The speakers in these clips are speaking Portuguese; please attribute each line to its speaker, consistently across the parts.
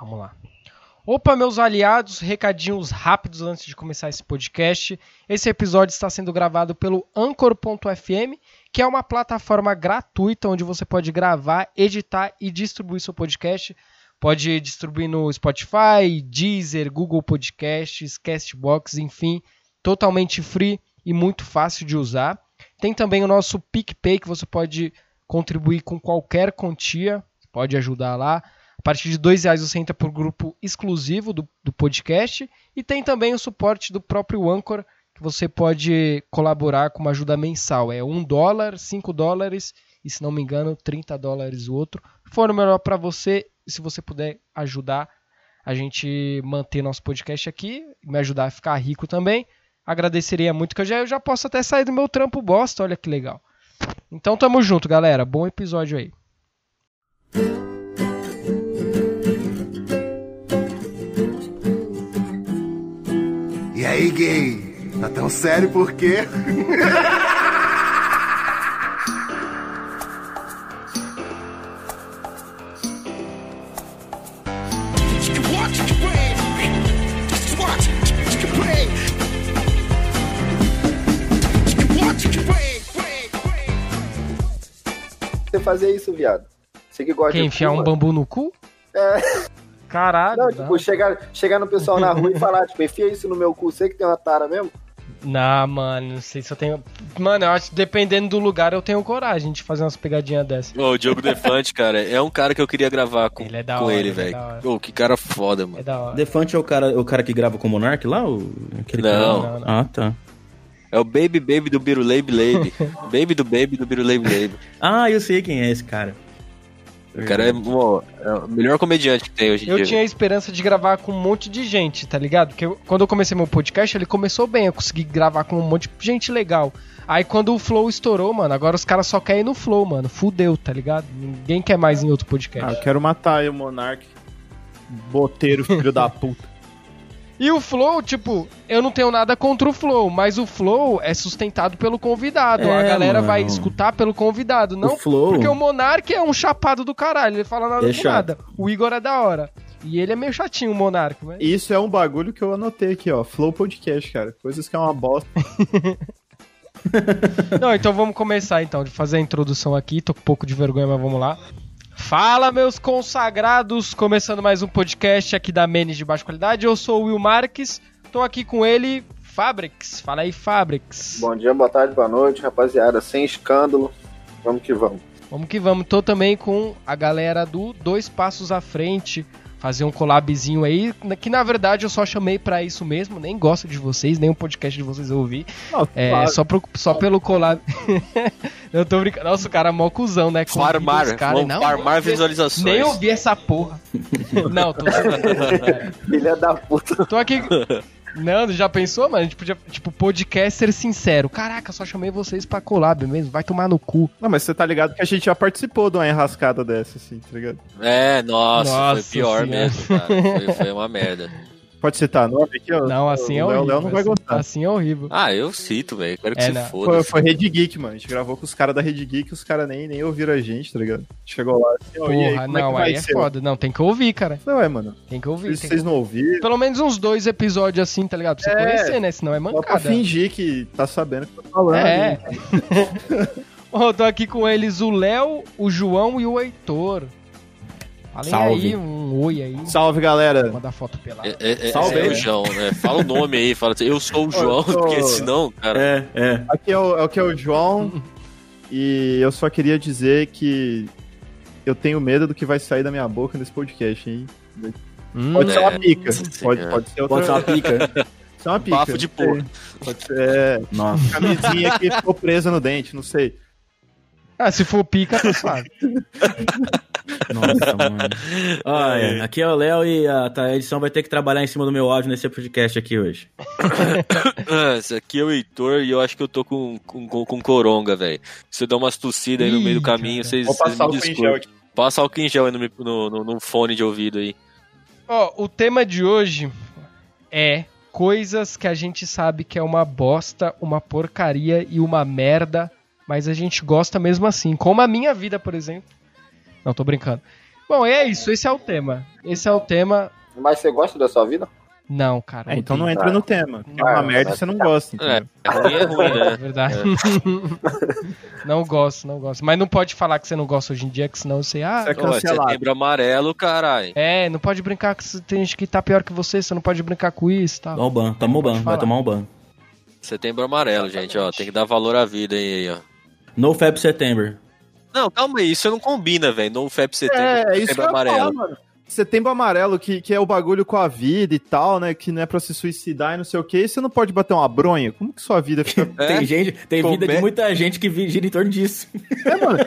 Speaker 1: Vamos lá. Opa, meus aliados, recadinhos rápidos antes de começar esse podcast. Esse episódio está sendo gravado pelo Anchor.fm, que é uma plataforma gratuita onde você pode gravar, editar e distribuir seu podcast. Pode distribuir no Spotify, Deezer, Google Podcasts, Castbox, enfim, totalmente free e muito fácil de usar. Tem também o nosso PicPay, que você pode contribuir com qualquer quantia, pode ajudar lá. A partir de dois reais você entra por grupo exclusivo do, do podcast e tem também o suporte do próprio Anchor que você pode colaborar com uma ajuda mensal. É um dólar, cinco dólares e se não me engano 30 dólares o outro. For o melhor para você, se você puder ajudar a gente manter nosso podcast aqui, me ajudar a ficar rico também, agradeceria muito que eu já, eu já posso até sair do meu trampo bosta, olha que legal. Então tamo junto, galera. Bom episódio aí.
Speaker 2: E aí, gay? Tá tão sério por quê?
Speaker 3: você fazer isso, viado. Você que gosta
Speaker 1: Quem
Speaker 3: de
Speaker 1: enfiar
Speaker 3: cu,
Speaker 1: um
Speaker 3: mano.
Speaker 1: bambu no cu? Caralho.
Speaker 3: É. Não,
Speaker 1: Não,
Speaker 3: tipo, chegar, chegar no pessoal na rua e falar, tipo, enfia isso no meu cu, você que tem uma tara mesmo?
Speaker 1: não, mano, não sei se eu tenho. Mano, eu acho que dependendo do lugar eu tenho coragem de fazer umas pegadinhas dessa.
Speaker 4: Ô, o Diogo Defante, cara, é um cara que eu queria gravar com
Speaker 1: Ele é da
Speaker 4: com
Speaker 1: hora, ele
Speaker 4: ele,
Speaker 1: é
Speaker 4: velho.
Speaker 1: da hora.
Speaker 4: Ô, que cara foda,
Speaker 1: É
Speaker 4: mano.
Speaker 1: da hora.
Speaker 5: Defante é o cara, o cara que grava com o Monark lá? O, aquele
Speaker 4: Não.
Speaker 5: cara?
Speaker 1: Não, não.
Speaker 5: Ah, tá.
Speaker 4: É o Baby Baby do Biruleibe Leibe. baby do Baby do Biruleibe Leibe.
Speaker 5: Ah, eu sei quem é esse cara.
Speaker 4: O cara é, ó, é o melhor comediante que tem hoje em
Speaker 1: Eu
Speaker 4: dia.
Speaker 1: tinha a esperança de gravar com um monte de gente, tá ligado? Porque eu- quando eu comecei meu podcast, ele começou bem, eu consegui gravar com um monte de gente legal. Aí quando o Flow estourou, mano, agora os caras só querem ir no Flow, mano. Fudeu, tá ligado? Ninguém quer mais em outro podcast.
Speaker 6: Ah, eu quero matar aí o Monark. Boteiro, filho da puta.
Speaker 1: E o Flow, tipo, eu não tenho nada contra o Flow, mas o Flow é sustentado pelo convidado.
Speaker 5: É,
Speaker 1: a galera
Speaker 5: mano.
Speaker 1: vai escutar pelo convidado, não
Speaker 5: o Flow.
Speaker 1: porque o Monark é um chapado do caralho, ele fala nada
Speaker 5: É
Speaker 1: com
Speaker 5: chato.
Speaker 1: nada. O Igor é da hora. E ele é meio chatinho, o Monark, mas...
Speaker 6: Isso é um bagulho que eu anotei aqui, ó. Flow Podcast, cara. Coisas que é uma bosta.
Speaker 1: Não, então vamos começar então, de fazer a introdução aqui. Tô com um pouco de vergonha, mas vamos lá. Fala, meus consagrados! Começando mais um podcast aqui da Menes de Baixa Qualidade. Eu sou o Will Marques, tô aqui com ele, Fabrics. Fala aí, Fabrics.
Speaker 3: Bom dia, boa tarde, boa noite, rapaziada. Sem escândalo, vamos que vamos.
Speaker 1: Vamos que vamos. Tô também com a galera do Dois Passos à Frente. Fazer um collabzinho aí, que na verdade eu só chamei pra isso mesmo. Nem gosto de vocês, nem o podcast de vocês eu ouvi.
Speaker 6: Não,
Speaker 1: É,
Speaker 6: claro.
Speaker 1: só, pro- só pelo collab. eu tô brincando. Nossa, o cara é mó cuzão, né? Convida
Speaker 4: Farmar,
Speaker 1: os cara,
Speaker 4: vamos
Speaker 1: não,
Speaker 4: farmar
Speaker 1: nem-
Speaker 4: visualizações.
Speaker 1: Nem ouvi essa porra. não, tô zoando. é.
Speaker 3: Filha da puta.
Speaker 1: Tô aqui. Não, já pensou, mano? A gente podia, tipo, podcaster sincero. Caraca, só chamei vocês pra collab mesmo. Vai tomar no cu.
Speaker 6: Não, mas você tá ligado que a gente já participou de uma enrascada dessa, assim, tá ligado?
Speaker 4: É, nossa,
Speaker 1: Nossa
Speaker 4: foi pior
Speaker 1: senhora.
Speaker 4: mesmo, cara. Foi, foi uma merda.
Speaker 6: Pode citar nome aqui, ó.
Speaker 1: Não, assim é
Speaker 6: o Léo-
Speaker 1: horrível.
Speaker 6: Léo não vai
Speaker 1: assim-
Speaker 6: gostar.
Speaker 1: Assim é horrível.
Speaker 4: Ah, eu cito, velho. Quero que
Speaker 1: É,
Speaker 4: se
Speaker 1: não.
Speaker 4: foda.
Speaker 6: Foi, foi Rede Geek, mano. A gente gravou com os caras da Rede Geek e os caras nem, nem ouviram a gente, tá ligado? Chegou lá assim, ó, e aí,
Speaker 1: Porra,
Speaker 6: como é que
Speaker 1: não,
Speaker 6: vai
Speaker 1: aí é
Speaker 6: ser?
Speaker 1: foda. Não, tem que ouvir, cara.
Speaker 6: Não é, mano.
Speaker 1: Tem que ouvir.
Speaker 6: Se
Speaker 1: Tem que...
Speaker 6: vocês não ouviram,
Speaker 1: Pelo menos uns dois episódios assim, tá ligado? Pra você
Speaker 6: É.
Speaker 1: conhecer, né? Senão é
Speaker 6: só pra
Speaker 1: mancada.
Speaker 6: fingir que tá sabendo o que eu tô falando.
Speaker 1: É.
Speaker 6: né?
Speaker 1: Bom, eu tô aqui com eles o Léo, o João e o Heitor. Falem
Speaker 5: Salve.
Speaker 1: aí, um oi aí.
Speaker 6: Salve, galera.
Speaker 1: Manda foto pelada.
Speaker 4: É, é, é,
Speaker 6: Salve,
Speaker 4: é o
Speaker 6: né?
Speaker 4: João, né? Fala o nome aí, fala assim, eu sou o João,
Speaker 6: sou-
Speaker 4: porque senão, cara.
Speaker 5: É, é.
Speaker 6: Aqui é o, aqui é o João. E eu só queria dizer que eu tenho medo do que vai sair da minha boca nesse podcast, hein?
Speaker 1: Hum,
Speaker 6: Pode ser uma
Speaker 4: É,
Speaker 6: pica.
Speaker 4: sim,
Speaker 6: Pode,
Speaker 4: é.
Speaker 6: pode ser outra.
Speaker 5: Pode ser uma pica.
Speaker 6: pode ser uma pica.
Speaker 4: Bafo de
Speaker 6: não sei.
Speaker 4: porco.
Speaker 6: Pode ser é,
Speaker 5: Nossa.
Speaker 6: camisinha que ficou presa no dente, não sei.
Speaker 1: Ah, se for pica, tá suave.
Speaker 5: Nossa, mano. Olha, aqui é o Léo e a, tá, a edição vai ter que trabalhar em cima do meu áudio nesse podcast aqui hoje.
Speaker 4: Ah, Esse aqui é o Heitor e eu acho que eu tô com, com, com, com coronga, velho. Se eu dar umas tossidas aí no
Speaker 1: Ih,
Speaker 4: meio do caminho,
Speaker 1: cara.
Speaker 4: vocês,
Speaker 6: Vou
Speaker 4: vocês
Speaker 6: passar
Speaker 4: me
Speaker 6: o
Speaker 4: desculpem.
Speaker 6: pingel aqui.
Speaker 4: Passa álcool em gel aí no, mi- no, no- no fone de ouvido aí.
Speaker 1: Ó, o tema de hoje é coisas que a gente sabe que é uma bosta, uma porcaria e uma merda, mas a gente gosta mesmo assim. Como a minha vida, por exemplo. Não, tô brincando. Bom, é isso. Esse é o tema. Esse é o tema.
Speaker 3: Mas você gosta da sua vida?
Speaker 1: Não, cara.
Speaker 6: É, então
Speaker 1: odeio.
Speaker 6: não entra no tema. porque É
Speaker 3: Ah,
Speaker 6: uma merda e
Speaker 3: mas-
Speaker 6: você não gosta.
Speaker 4: É,
Speaker 6: entendeu?
Speaker 4: ruim é ruim,
Speaker 1: É
Speaker 4: né?
Speaker 1: verdade. não gosto, não gosto. Mas não pode falar que você não gosta hoje em dia, que senão eu sei. Ah,
Speaker 6: Você é
Speaker 4: Ó,
Speaker 6: cancelado.
Speaker 4: setembro amarelo, caralho.
Speaker 1: é, não pode brincar que tem gente que tá pior que você, você não pode brincar com isso e tal.
Speaker 5: Dá um ban, toma o ban,
Speaker 1: Tá Pode
Speaker 5: vai
Speaker 1: falar.
Speaker 5: tomar um ban.
Speaker 4: Setembro amarelo, gente, ó. Tem que dar valor à vida aí, ó.
Speaker 5: No Fab September.
Speaker 4: Não, calma aí, isso não combina, velho. No FEP setembro,
Speaker 6: É, é isso que
Speaker 4: setembro
Speaker 6: eu ia falar,
Speaker 4: amarelo.
Speaker 6: mano. Setembro amarelo, que, que é o bagulho com a vida e tal, né? Que não é pra se suicidar e não sei o quê. E você não pode bater uma bronha? Como que sua vida fica.
Speaker 4: É?
Speaker 5: Tem gente, tem
Speaker 4: Como
Speaker 5: vida
Speaker 4: é?
Speaker 5: de muita gente que vi- gira em torno disso.
Speaker 6: é, mano.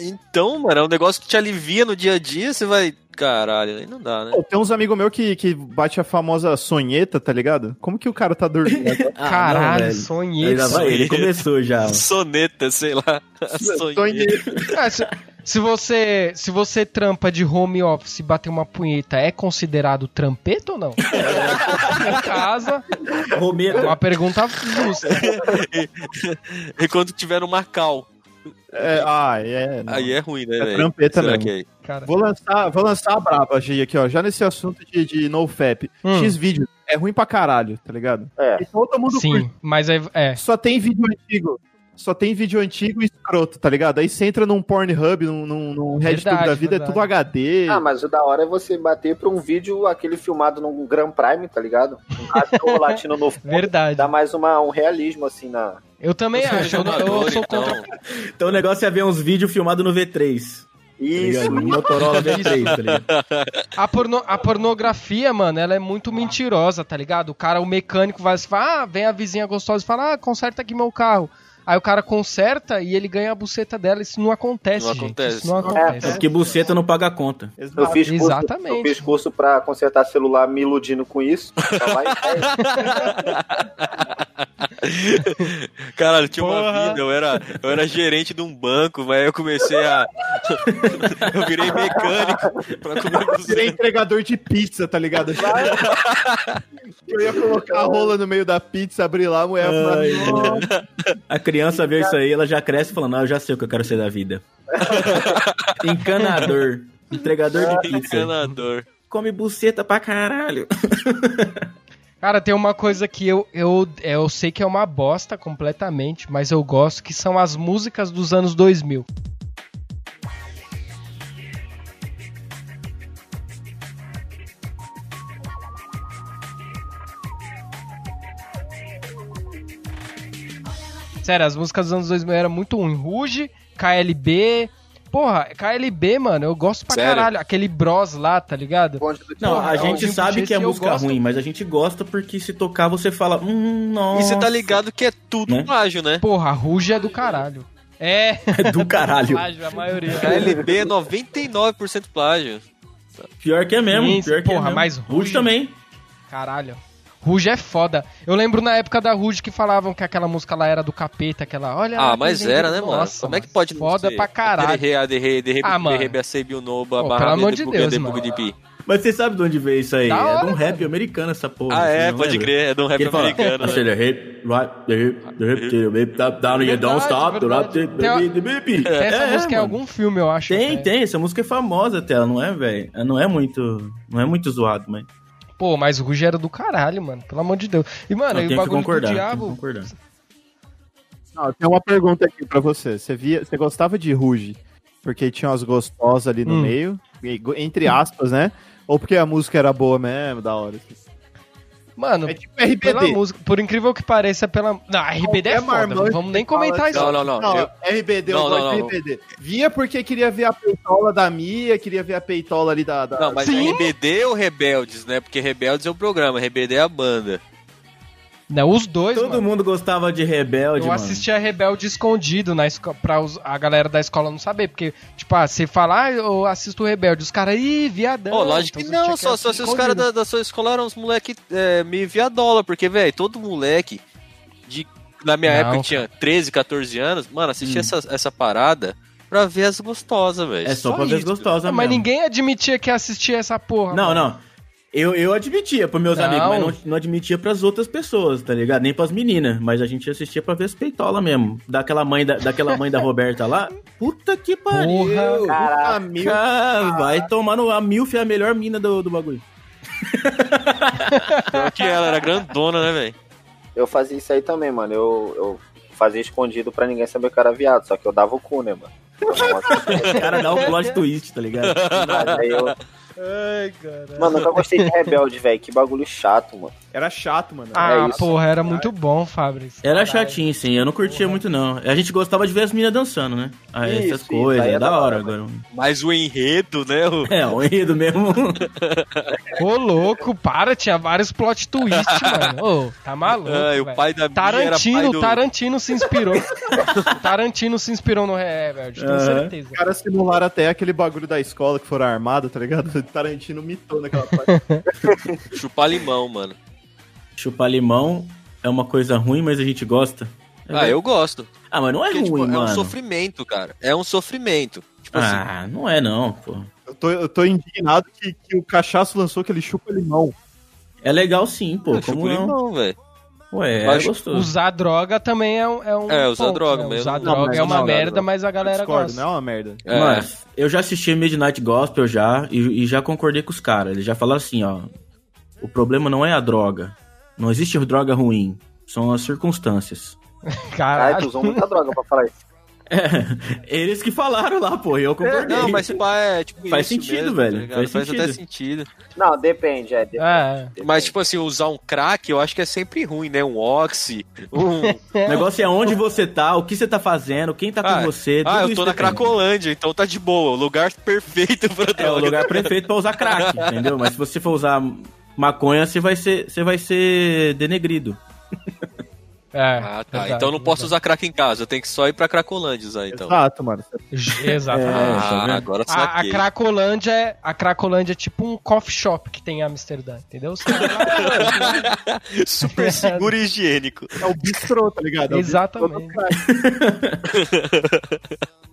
Speaker 4: Então, mano, é um negócio que te alivia no dia a dia, você vai. Caralho, aí não dá, né?
Speaker 6: Pô, Tem uns amigos meus que, que bate a famosa sonheta, tá ligado? Como que o cara tá dormindo? agora?
Speaker 5: Ah,
Speaker 1: Caralho,
Speaker 5: não, velho.
Speaker 1: sonhei.
Speaker 5: Ele, já vai, ele
Speaker 4: Sonheta.
Speaker 5: começou já.
Speaker 4: Soneta, sei lá. Sonheta.
Speaker 1: Ah, se, se você se você trampa de home office e bater uma punheta, é considerado trampeta ou não? em casa, é
Speaker 5: Romero,
Speaker 1: uma pergunta justa.
Speaker 4: E quando tiver uma cal,
Speaker 6: É, ah, é. não.
Speaker 4: aí é ruim, né,
Speaker 6: É
Speaker 4: velho?
Speaker 6: trampeta
Speaker 4: Será
Speaker 6: mesmo.
Speaker 4: que é?
Speaker 1: Cara.
Speaker 6: Vou lançar, vou lançar a braba, Gi, aqui, ó. Já nesse assunto de, de NoFap.
Speaker 1: Hum.
Speaker 6: X vídeo é ruim pra caralho, tá ligado?
Speaker 3: É.
Speaker 6: E todo mundo curte.
Speaker 1: Sim, mas é, é.
Speaker 6: Só tem vídeo antigo. Só tem vídeo antigo e escroto, tá ligado? Aí você entra num Pornhub, num, num, num RedTube
Speaker 1: Verdade,
Speaker 6: da vida,
Speaker 1: verdade.
Speaker 6: é tudo HD.
Speaker 3: Ah, mas o da hora é você bater pra um vídeo, aquele filmado num Grand Prime, tá ligado? Um ator latino no fundo,
Speaker 1: Verdade. Tá
Speaker 3: dá mais uma, um realismo, assim, na...
Speaker 1: É, Eu também acho. Eu, não- eu sou contra.
Speaker 4: é Então,
Speaker 5: então o negócio é ver uns vídeos filmados no V3. tá ligado?
Speaker 3: Isso, é
Speaker 5: No Motorola V3, tá ligado?
Speaker 1: A, porno- a pornografia, mano, ela é muito mentirosa, tá ligado? O cara, o mecânico vai se falar, ah, vem a vizinha gostosa e fala, ah, conserta aqui meu carro. Aí o cara conserta e ele ganha a buceta dela. Isso não acontece,
Speaker 4: Não
Speaker 1: gente.
Speaker 4: acontece.
Speaker 1: Isso não
Speaker 3: É,
Speaker 1: acontece.
Speaker 5: É porque buceta não paga a conta.
Speaker 3: Eu fiz, curso,
Speaker 1: Exatamente.
Speaker 3: eu fiz curso pra consertar celular me iludindo com isso. Só vai-
Speaker 4: Caralho, tinha
Speaker 1: Porra.
Speaker 4: uma vida, eu era, eu era gerente de um banco, mas aí eu comecei a. eu virei mecânico pra comer
Speaker 6: Virei
Speaker 4: buceta.
Speaker 6: entregador de pizza, tá ligado? Eu ia colocar a rola no meio da pizza, abrir lá, a mulher
Speaker 5: Ai,
Speaker 6: ia falar, "Não,
Speaker 5: A criança vê isso aí, ela já cresce falando, ah, eu já sei o que eu quero ser da vida. Encanador. Entregador de pizza.
Speaker 4: Encanador.
Speaker 5: Come buceta pra caralho.
Speaker 1: Cara, tem uma coisa que eu, eu, eu sei que é uma bosta completamente, mas eu gosto, que são as músicas dos anos 2000. Sério, as músicas dos anos 2000 eram muito ruim. Ruge, KLB. Porra, KLB, mano, eu gosto pra
Speaker 4: Sério?
Speaker 1: caralho. Aquele Bros lá, tá ligado?
Speaker 3: Bonde do
Speaker 5: Não,
Speaker 1: Porra,
Speaker 5: a
Speaker 1: é um
Speaker 5: gente
Speaker 1: tipo
Speaker 5: sabe
Speaker 1: de
Speaker 5: que é
Speaker 1: que eu
Speaker 5: música
Speaker 1: gosto.
Speaker 5: ruim, mas a gente gosta porque se tocar você fala, hum, nossa.
Speaker 4: E você tá ligado que é tudo
Speaker 5: Né?
Speaker 4: plágio, né?
Speaker 1: Porra, Ruge é do caralho. É,
Speaker 5: É do caralho.
Speaker 1: plágio, a maioria.
Speaker 4: KLB é 99% plágio.
Speaker 5: Pior que é mesmo,
Speaker 1: Sim,
Speaker 5: pior que
Speaker 1: porra,
Speaker 5: é mesmo.
Speaker 1: mas ruim.
Speaker 5: Ruge também.
Speaker 1: Caralho. Ruge é foda. Eu lembro na época da Ruge que falavam que aquela música lá era do capeta, aquela. Olha lá
Speaker 4: Ah,
Speaker 1: quem
Speaker 4: mas
Speaker 1: vem
Speaker 4: era,
Speaker 1: do-
Speaker 4: né, mano?
Speaker 1: Nossa,
Speaker 4: Como é que pode não
Speaker 1: Foda
Speaker 4: ser?
Speaker 1: pra caralho.
Speaker 4: Aquele re- de re- de re-
Speaker 1: Ah, mano.
Speaker 4: de re- Beacei Bionoba,
Speaker 1: Pô,
Speaker 4: barra
Speaker 1: pelo amor de
Speaker 4: Debugue,
Speaker 1: Deus,
Speaker 4: Debugue
Speaker 1: mano.
Speaker 4: de Pi.
Speaker 5: Mas você sabe de onde veio isso aí?
Speaker 1: Da
Speaker 5: é
Speaker 1: hora,
Speaker 5: de um rap americano essa porra.
Speaker 4: Ah,
Speaker 5: você
Speaker 4: é,
Speaker 5: não
Speaker 4: pode
Speaker 5: lembra?
Speaker 4: crer, é de um
Speaker 5: Que
Speaker 4: rap
Speaker 5: ele fala,
Speaker 4: americano.
Speaker 5: "Say the hip, right, the hip, the hip, the hip, down, down and you don't
Speaker 1: Verdade,
Speaker 5: stop, the
Speaker 1: verdade.
Speaker 5: right, the-
Speaker 1: Tem a-
Speaker 5: the- the- the- the- the-
Speaker 1: Tem essa
Speaker 5: É,
Speaker 1: música em
Speaker 5: mano.
Speaker 1: algum filme, eu acho. né?
Speaker 5: Tem,
Speaker 1: até.
Speaker 5: tem, essa música é famosa até, ela não é, velho? Ela Não é muito, não é muito zoado, mas
Speaker 1: Pô, mas o Ruge era do caralho, mano. Pelo amor de Deus. E, mano,
Speaker 5: eu
Speaker 1: e o
Speaker 5: tenho que
Speaker 1: bagulho
Speaker 5: concordar,
Speaker 1: do
Speaker 5: tenho que
Speaker 1: diabo.
Speaker 5: concordar.
Speaker 6: Não, tem uma pergunta aqui pra você. Você via, você gostava de Ruge porque tinha umas gostosas ali no
Speaker 1: Hum.
Speaker 6: meio, e go- entre aspas, né? Ou porque a música era boa mesmo, da hora. assim?
Speaker 1: Mano,
Speaker 6: É tipo RBD.
Speaker 1: pela música. Por incrível que pareça, pela. Não, a RBD é
Speaker 6: Qualquer
Speaker 1: foda.
Speaker 6: marmanjo
Speaker 1: Não vamos nem comentar
Speaker 6: fala
Speaker 5: assim,
Speaker 1: isso.
Speaker 4: Não, não, não.
Speaker 6: Não,
Speaker 4: eu-
Speaker 6: RBD, eu
Speaker 4: Não,
Speaker 6: gosto
Speaker 4: não,
Speaker 6: de
Speaker 4: não.
Speaker 6: RBD. Via porque queria ver a peitola da Mia, queria ver a peitola ali da... da...
Speaker 4: Não, mas
Speaker 1: Sim.
Speaker 4: RBD ou Rebeldes, né? Porque Rebeldes é o programa, RBD é a banda.
Speaker 1: Não, os dois,
Speaker 5: Todo
Speaker 1: mano.
Speaker 5: mundo gostava de Rebelde,
Speaker 1: Eu
Speaker 5: mano.
Speaker 1: assistia Rebelde escondido na esco- pra os- a galera da escola não saber, porque, tipo, ah, você fala, ah, eu assisto Rebelde, os caras, ih, viadão.
Speaker 4: Pô, lógico
Speaker 1: Então
Speaker 4: que
Speaker 1: você tinha
Speaker 4: não, só, só
Speaker 1: assistir
Speaker 4: se os caras
Speaker 1: escondido.
Speaker 4: da, da sua escola eram uns moleque é, me via dólar, porque, velho, todo moleque de, na minha
Speaker 1: Não,
Speaker 4: época
Speaker 1: cara.
Speaker 4: tinha 13, 14 anos, mano, assistia essa, essa parada pra ver as gostosas, velho.
Speaker 5: Hum. É só pra ver as
Speaker 4: isso.
Speaker 5: gostosas
Speaker 1: Ah, mas
Speaker 5: mesmo.
Speaker 1: ninguém admitia que assistia essa porra.
Speaker 5: Não,
Speaker 1: mano.
Speaker 5: não. Eu, eu admitia pros meus
Speaker 1: Não.
Speaker 5: amigos, mas não, não admitia pras outras pessoas, tá ligado? Nem pras meninas. Mas a gente assistia pra ver as peitola mesmo. Daquela mãe da, daquela mãe da Roberta lá. Puta que pariu!
Speaker 1: Porra.
Speaker 5: A Milf, vai tomar no. A Milf é a melhor mina do, do bagulho.
Speaker 4: Pior que ela era grandona, né, velho?
Speaker 3: Eu fazia isso aí também, mano. Eu, eu fazia escondido pra ninguém saber que eu era viado, só que eu dava o cu, né, mano?
Speaker 5: O cara dá um plot twist, tá ligado?
Speaker 3: Mas aí eu-
Speaker 1: Ai, cara.
Speaker 3: Mano, nunca gostei de rebelde, velho. Que bagulho chato, mano.
Speaker 6: Era chato, mano.
Speaker 1: Ah,
Speaker 3: é isso.
Speaker 1: porra, era muito bom, Fabrício.
Speaker 5: Era chatinho, sim. Eu não curtia muito, não. A gente gostava de ver as meninas dançando, né? Ah,
Speaker 3: Isso,
Speaker 5: essas
Speaker 3: isso,
Speaker 5: coisas.
Speaker 3: aí
Speaker 5: É
Speaker 3: é
Speaker 5: da
Speaker 3: da
Speaker 5: hora
Speaker 3: hora,
Speaker 5: agora.
Speaker 4: Mas o enredo, né? o-
Speaker 5: É, o enredo mesmo.
Speaker 1: Ô, louco, para, tinha vários plot twists, mano. Ô, tá maluco.
Speaker 4: Ah, e o
Speaker 1: velho.
Speaker 4: pai da Mia era
Speaker 1: Tarantino,
Speaker 4: pai do...
Speaker 1: Tarantino se inspirou. Tarantino se inspirou no Rebelde, tenho
Speaker 5: Aham.
Speaker 1: certeza.
Speaker 6: Os caras simularam até aquele bagulho da escola que foram armados, tá ligado? O Tarantino mitou naquela parte.
Speaker 4: Chupar limão, mano.
Speaker 5: Chupar limão é uma coisa ruim, mas a gente gosta. É
Speaker 4: Ah, eu gosto.
Speaker 5: Ah, mas não é
Speaker 4: Porque,
Speaker 5: ruim,
Speaker 4: tipo, é um
Speaker 5: mano.
Speaker 4: sofrimento, cara. É um sofrimento. Tipo assim,
Speaker 5: ah, não é não, pô.
Speaker 6: Eu tô, eu tô indignado que, que o cachaço lançou aquele chupa-limão.
Speaker 5: É legal sim, pô.
Speaker 4: eu chupo
Speaker 5: como não?
Speaker 4: limão, velho.
Speaker 5: Ué, é
Speaker 4: Mas
Speaker 5: gostoso.
Speaker 1: Usar droga também é um. É, um
Speaker 4: Hum. É, usar droga mesmo.
Speaker 1: Usar
Speaker 4: Não,
Speaker 1: droga
Speaker 6: mas
Speaker 1: é uma
Speaker 6: não,
Speaker 1: merda,
Speaker 6: droga.
Speaker 1: mas a galera
Speaker 6: Discordo,
Speaker 1: gosta.
Speaker 6: não é uma merda.
Speaker 4: É.
Speaker 5: Mas eu já assisti Midnight Gospel já e, e já concordei com os caras. Eles já falaram assim, ó. O problema não é a droga. Não existe droga ruim. São as circunstâncias.
Speaker 3: Ai, tu
Speaker 1: Caralho.
Speaker 3: usou muita droga pra falar isso.
Speaker 5: É, eles que falaram lá, pô. e Eu concordei.
Speaker 4: É, Não, mas se pá, é tipo
Speaker 5: Faz
Speaker 4: isso
Speaker 5: sentido,
Speaker 4: mesmo,
Speaker 5: velho.
Speaker 4: tá ligado?
Speaker 5: Faz
Speaker 4: Faz, até sentido.
Speaker 3: Não, depende, é. Depende,
Speaker 1: É.
Speaker 3: depende.
Speaker 4: Mas, tipo assim, usar um crack, eu acho que é sempre ruim, né? Um oxi,
Speaker 5: É
Speaker 4: um...
Speaker 5: O negócio é onde você tá, o que você tá fazendo, quem tá com
Speaker 4: Ah,
Speaker 5: você. tudo
Speaker 4: Ah, eu
Speaker 5: isso é
Speaker 4: tô na
Speaker 5: depende.
Speaker 4: Cracolândia, então tá de boa. O lugar perfeito pra
Speaker 5: É o
Speaker 4: droga.
Speaker 5: lugar perfeito pra usar crack, entendeu? Mas se você for usar maconha, você vai ser, você vai ser denegrido.
Speaker 1: É,
Speaker 4: Ah, tá.
Speaker 1: verdade,
Speaker 4: então eu não posso usar crack em casa. Eu tenho que só ir pra Cracolândia usar, então.
Speaker 6: Exato, mano.
Speaker 1: é verdade. Exatamente.
Speaker 5: É, tá
Speaker 4: Ah,
Speaker 5: vendo?
Speaker 4: agora eu
Speaker 1: A, a
Speaker 4: saquei.
Speaker 1: Cracolândia é, a Cracolândia é tipo um coffee shop que tem em Amsterdã, entendeu? Você vai lá,
Speaker 4: Super seguro e higiênico.
Speaker 6: É o bistrô, tá ligado? É o bistrô do
Speaker 1: Exatamente.
Speaker 6: crack.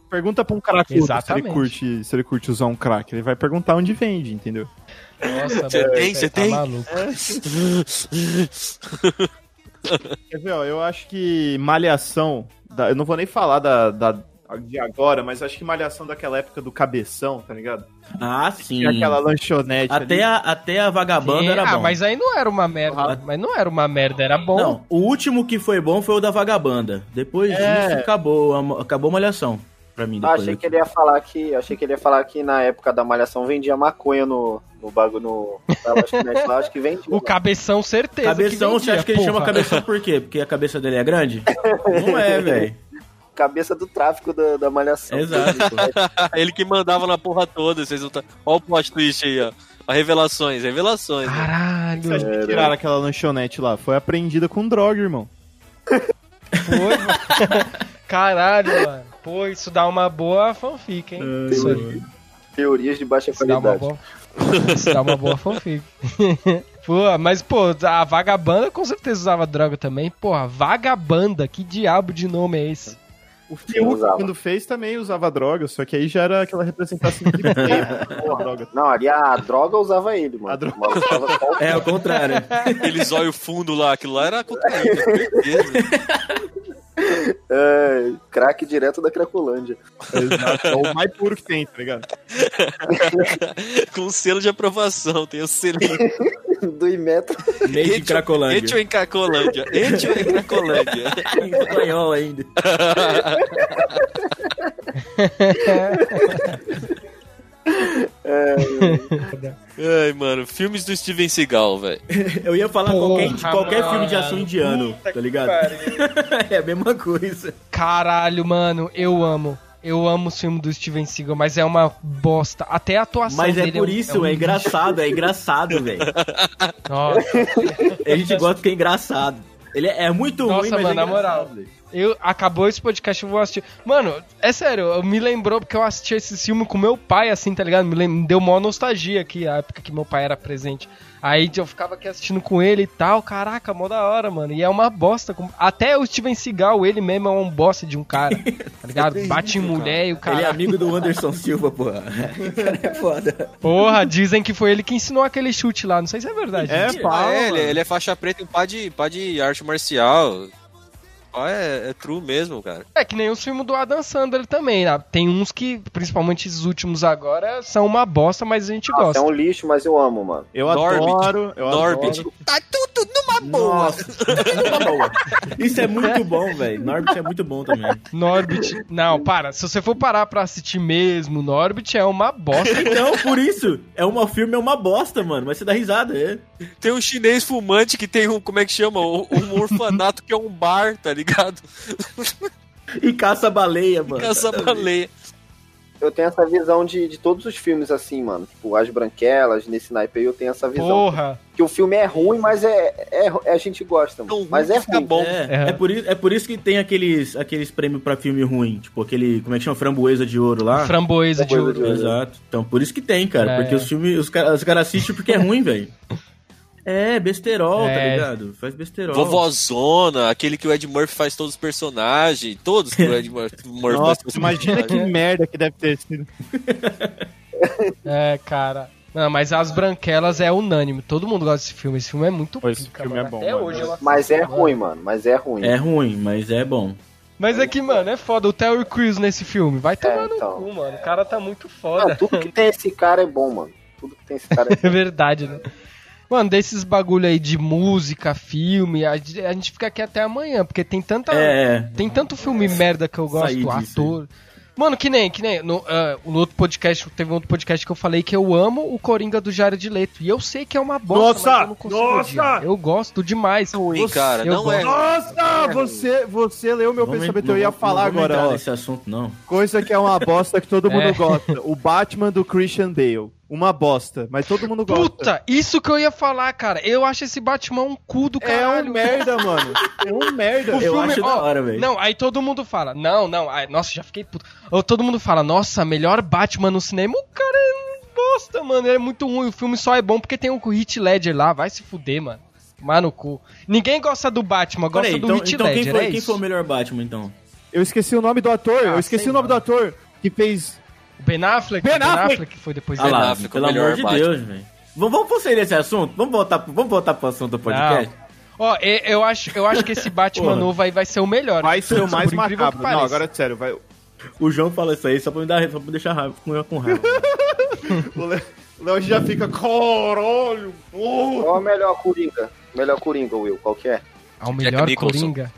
Speaker 6: Pergunta pra um cracudo se ele,
Speaker 1: Exatamente.
Speaker 6: curte, se ele curte usar um crack. Ele vai perguntar onde vende, entendeu?
Speaker 1: Nossa,
Speaker 4: Você
Speaker 1: mano,
Speaker 4: tem? Você
Speaker 1: tá
Speaker 4: tem?
Speaker 1: maluco.
Speaker 6: Quer ver, ó, eu acho que Malhação. da- eu não vou nem falar da, da- de agora, mas acho que Malhação daquela época do Cabeção, tá ligado?
Speaker 5: Ah, sim.
Speaker 6: Tinha aquela lanchonete. ali.
Speaker 5: Até a, até a vagabanda era
Speaker 1: ah,
Speaker 5: bom.
Speaker 1: mas aí não era uma merda. Mas não era uma merda, era bom.
Speaker 5: Não, o último que foi bom foi o da vagabanda. Depois
Speaker 6: É.
Speaker 5: disso, acabou. a mo- Acabou a malhação. Pra
Speaker 1: Ah,
Speaker 5: mim,
Speaker 3: Eu
Speaker 5: depois.
Speaker 3: achei que ele ia falar que. Achei que ele ia falar que na época da malhação vendia maconha no, no bagulho no. na lanchonete lá, acho que vendia.
Speaker 1: O cabeção, certeza.
Speaker 5: Cabeção, você acha que ele chama
Speaker 1: cabeção?
Speaker 5: cabeção por quê? Porque a cabeça dele é grande? Não é, velho.
Speaker 3: Cabeça do tráfico da, da malhação.
Speaker 5: Exato.
Speaker 4: Ele que mandava na porra toda. Vocês não tá... Olha o plot twist aí, ó. Ó, Revelações, revelações.
Speaker 5: Ah.
Speaker 4: né?
Speaker 6: Você acha
Speaker 1: Caralho.
Speaker 6: que tiraram aquela lanchonete lá? Foi apreendida com droga, irmão.
Speaker 1: Foi, mano. Caralho, mano. Pô, isso dá uma boa fanfic, hein?
Speaker 5: É,
Speaker 1: isso aí.
Speaker 3: Teorias de baixa
Speaker 1: Isso dá é uma
Speaker 3: qualidade.
Speaker 1: boa. Isso dá uma boa fanfic. Pô, mas, pô, a vagabanda com certeza usava droga também. Porra, vagabanda, que diabo de nome é esse?
Speaker 6: O Fiuk,
Speaker 3: usava.
Speaker 6: quando fez, também usava droga, só que aí já era aquela representação de droga.
Speaker 3: Não, ali a droga usava ele, mano.
Speaker 6: A droga.
Speaker 3: O maluco tava só-
Speaker 5: É, ao contrário.
Speaker 4: Eles olham o fundo lá. Aquilo lá era cocaína, certeza.
Speaker 3: É, craque direto da Cracolândia.
Speaker 6: Exato. É o mais puro que tem, tá ligado?
Speaker 4: Com selo de aprovação. Tem o selinho.
Speaker 3: Do Imetro.
Speaker 5: Meio de
Speaker 4: Etio
Speaker 5: Cracolândia.
Speaker 4: em Cracolândia. Etio em Cracolândia.
Speaker 5: Em espanhol ainda.
Speaker 4: Ai, mano. Filmes do Steven Seagal, velho.
Speaker 5: Eu ia falar
Speaker 1: Porra,
Speaker 5: qualquer, de qualquer
Speaker 1: mano.
Speaker 5: filme de ação indiano, tá ligado? é a mesma coisa.
Speaker 1: Caralho, mano, eu amo. Eu amo o filme do Steven Seagal, mas é uma bosta. Até a atuação
Speaker 5: Mas é
Speaker 1: dele
Speaker 5: por
Speaker 1: um-
Speaker 5: isso,
Speaker 1: um
Speaker 5: é
Speaker 1: lixo.
Speaker 5: engraçado, é engraçado, velho.
Speaker 1: Nossa,
Speaker 5: A gente gosta porque é engraçado. Ele é é muito
Speaker 1: Nossa,
Speaker 5: ruim, mas
Speaker 1: mano,
Speaker 5: é
Speaker 1: na
Speaker 5: engraçado,
Speaker 1: moral.
Speaker 5: velho.
Speaker 1: Eu, acabou esse podcast, eu vou assistir. Mano, é sério, eu- me lembrou porque eu assisti esse filme com meu pai, assim, tá ligado? Me, lem- me deu mó nostalgia aqui, a época que meu pai era presente. Aí eu ficava aqui assistindo com ele e tal, caraca, mó da hora, mano. E é uma bosta. como- Até o Steven Seagal, ele mesmo é um bosta de um cara, tá ligado? Bate em mulher e o cara...
Speaker 5: Ele é amigo do Anderson Silva, porra. O cara é foda.
Speaker 1: Porra, dizem que foi ele que ensinou aquele chute lá, não sei se é verdade.
Speaker 6: É,
Speaker 1: gente.
Speaker 6: fala,
Speaker 4: Ah, é,
Speaker 6: mano.
Speaker 4: ele, ele é faixa preta em pá de, pá de arte marcial. Pá é, é true mesmo, cara.
Speaker 1: É que nem os filmes do Adam Sandler também, né? Tem uns que, principalmente esses últimos agora, são uma bosta, mas a gente
Speaker 3: Nossa,
Speaker 1: gosta.
Speaker 3: é um lixo, mas eu amo, mano.
Speaker 6: Eu
Speaker 4: é Norbit.
Speaker 6: adoro, eu
Speaker 4: Norbit.
Speaker 6: adoro.
Speaker 4: Tá tudo numa boa.
Speaker 5: Nossa. Boa. Isso é muito bom, velho. Norbit é muito bom também.
Speaker 1: Norbit. Não, para. Se você for parar pra assistir mesmo, Norbit é uma bosta.
Speaker 5: Então, por isso, é um filme, é uma bosta, mano. Mas você dá risada, é.
Speaker 4: Tem um chinês fumante que tem um, como é que chama? Um, um orfanato que é um bar, tá ligado?
Speaker 5: E caça baleia, mano.
Speaker 4: Essa baleia.
Speaker 3: Eu tenho essa visão de, de todos os filmes assim, mano. Tipo, As Branquelas, nesse naipe aí, eu tenho essa visão.
Speaker 1: Porra.
Speaker 3: Que o filme é ruim, mas é, é, é- a gente gosta, mano.
Speaker 4: Tão um ruim
Speaker 3: mas é
Speaker 4: que fica
Speaker 3: ruim.
Speaker 4: bom.
Speaker 5: É, é, por isso, é por isso que tem aqueles, aqueles prêmios pra filme ruim. Tipo, aquele, como é que chama? Framboesa de ouro lá.
Speaker 1: Framboesa de
Speaker 3: Framboesa de
Speaker 1: ouro.
Speaker 3: ouro.
Speaker 5: Exato. Então, por isso que tem, cara.
Speaker 1: É,
Speaker 5: porque
Speaker 1: é.
Speaker 5: os filmes, os caras os cara assistem porque é ruim, velho. É, besterol, tá
Speaker 1: É.
Speaker 5: ligado? Faz besterol.
Speaker 6: Então.
Speaker 4: Vovozona, aquele que o Ed Murphy faz todos os personagens, todos que o Ed Mur- Murphy faz
Speaker 6: Nossa,
Speaker 4: todos os
Speaker 6: imagina que
Speaker 4: personagens.
Speaker 6: merda que deve ter sido.
Speaker 1: É, cara. Não, mas As Branquelas é unânime. Todo mundo gosta desse filme. Esse filme é muito
Speaker 6: Pô, esse
Speaker 1: pica,
Speaker 6: filme
Speaker 1: mano.
Speaker 6: é bom,
Speaker 1: Até
Speaker 6: mano.
Speaker 1: hoje eu assisto,
Speaker 3: Mas é
Speaker 1: mano.
Speaker 3: ruim, mano. Mas é ruim.
Speaker 5: É ruim, mas é bom.
Speaker 1: Mas é que, mano, é foda. O Terry Crews nesse filme. Vai tomar
Speaker 3: então.
Speaker 1: no cu, mano. O cara tá muito
Speaker 3: Mano,
Speaker 1: foda.
Speaker 3: tudo que tem esse cara é bom, mano. Tudo que tem esse cara é
Speaker 1: É
Speaker 3: bom.
Speaker 1: verdade, né? Mano, desses bagulho aí de música, filme, a, gente- a gente fica aqui até amanhã, porque tem tanta.
Speaker 5: É, é.
Speaker 1: Tem tanto filme merda que eu gosto,
Speaker 5: Saí disso
Speaker 1: ator. Mano, que nem, que nem. No, ah, no outro podcast, teve um outro podcast que eu falei que eu amo o Coringa do Jared de Leto. E eu sei que é uma bosta,
Speaker 6: Nossa!
Speaker 1: mas eu não consigo
Speaker 6: Nossa!
Speaker 1: odiar. Eu gosto demais.
Speaker 4: Ruim, cara,
Speaker 1: Eu
Speaker 4: não é.
Speaker 6: Nossa, você, você leu meu
Speaker 5: Não vem-
Speaker 6: pensamento.
Speaker 5: não
Speaker 6: Eu ia
Speaker 5: vou-
Speaker 6: falar
Speaker 5: não vou
Speaker 6: agora,
Speaker 5: entrar
Speaker 6: ó.
Speaker 5: nesse assunto, não.
Speaker 6: Coisa que é uma bosta que todo mundo
Speaker 1: É.
Speaker 6: gosta. O Batman do Christian Bale. Uma bosta, mas todo mundo gosta.
Speaker 1: Puta, isso que eu ia falar, cara. Eu acho esse Batman um cu do
Speaker 6: é
Speaker 1: caralho.
Speaker 6: um merda, mano. É um merda.
Speaker 1: O
Speaker 5: Eu
Speaker 1: filme-
Speaker 5: acho
Speaker 1: ó,
Speaker 5: da hora, velho.
Speaker 1: Não, aí todo mundo fala, não, não, ai, nossa, já fiquei puto. Ou todo mundo fala, nossa, melhor Batman no cinema. O cara é um bosta, mano, ele é muito ruim. O filme só é bom porque tem o Heath Ledger lá, vai se fuder, mano. Tomar no cu. Ninguém gosta do Batman, gosta
Speaker 5: Peraí,
Speaker 1: do
Speaker 5: então,
Speaker 1: Heath
Speaker 5: então quem,
Speaker 1: Ledger,
Speaker 5: foi,
Speaker 1: é
Speaker 5: quem
Speaker 1: isso?
Speaker 5: foi o melhor Batman, então?
Speaker 6: Eu esqueci o nome do ator.
Speaker 1: Ah,
Speaker 6: eu esqueci
Speaker 1: sei
Speaker 6: o nome
Speaker 1: lá.
Speaker 6: do ator que fez.
Speaker 1: O Ben Affleck?
Speaker 6: Ben
Speaker 1: O
Speaker 6: Affleck.
Speaker 1: que foi depois
Speaker 5: Ah
Speaker 1: dele.
Speaker 5: lá,
Speaker 4: Affleck,
Speaker 5: pelo
Speaker 4: o melhor
Speaker 5: amor de
Speaker 4: Batman.
Speaker 5: Deus, velho. Vamos, vamos prosseguir esse assunto? Vamos voltar, pro- vamos voltar pro assunto do podcast?
Speaker 1: Não. Ó, e- eu acho, eu acho que esse Batman
Speaker 5: Porra.
Speaker 1: novo aí vai ser o melhor.
Speaker 6: Vai ser o mais
Speaker 1: Por incrível que
Speaker 6: macabro. Não,
Speaker 1: pareça.
Speaker 6: agora é sério. Vai...
Speaker 5: O João fala isso aí só pra me dar, só pra me deixar raiva, com, com raiva.
Speaker 6: O Le- o Léo já fica. Caralho! oh."
Speaker 3: Qual é o melhor Coringa? Melhor Coringa, Will, qual que é?
Speaker 1: Ah, o melhor
Speaker 4: Nicholson.
Speaker 1: Coringa?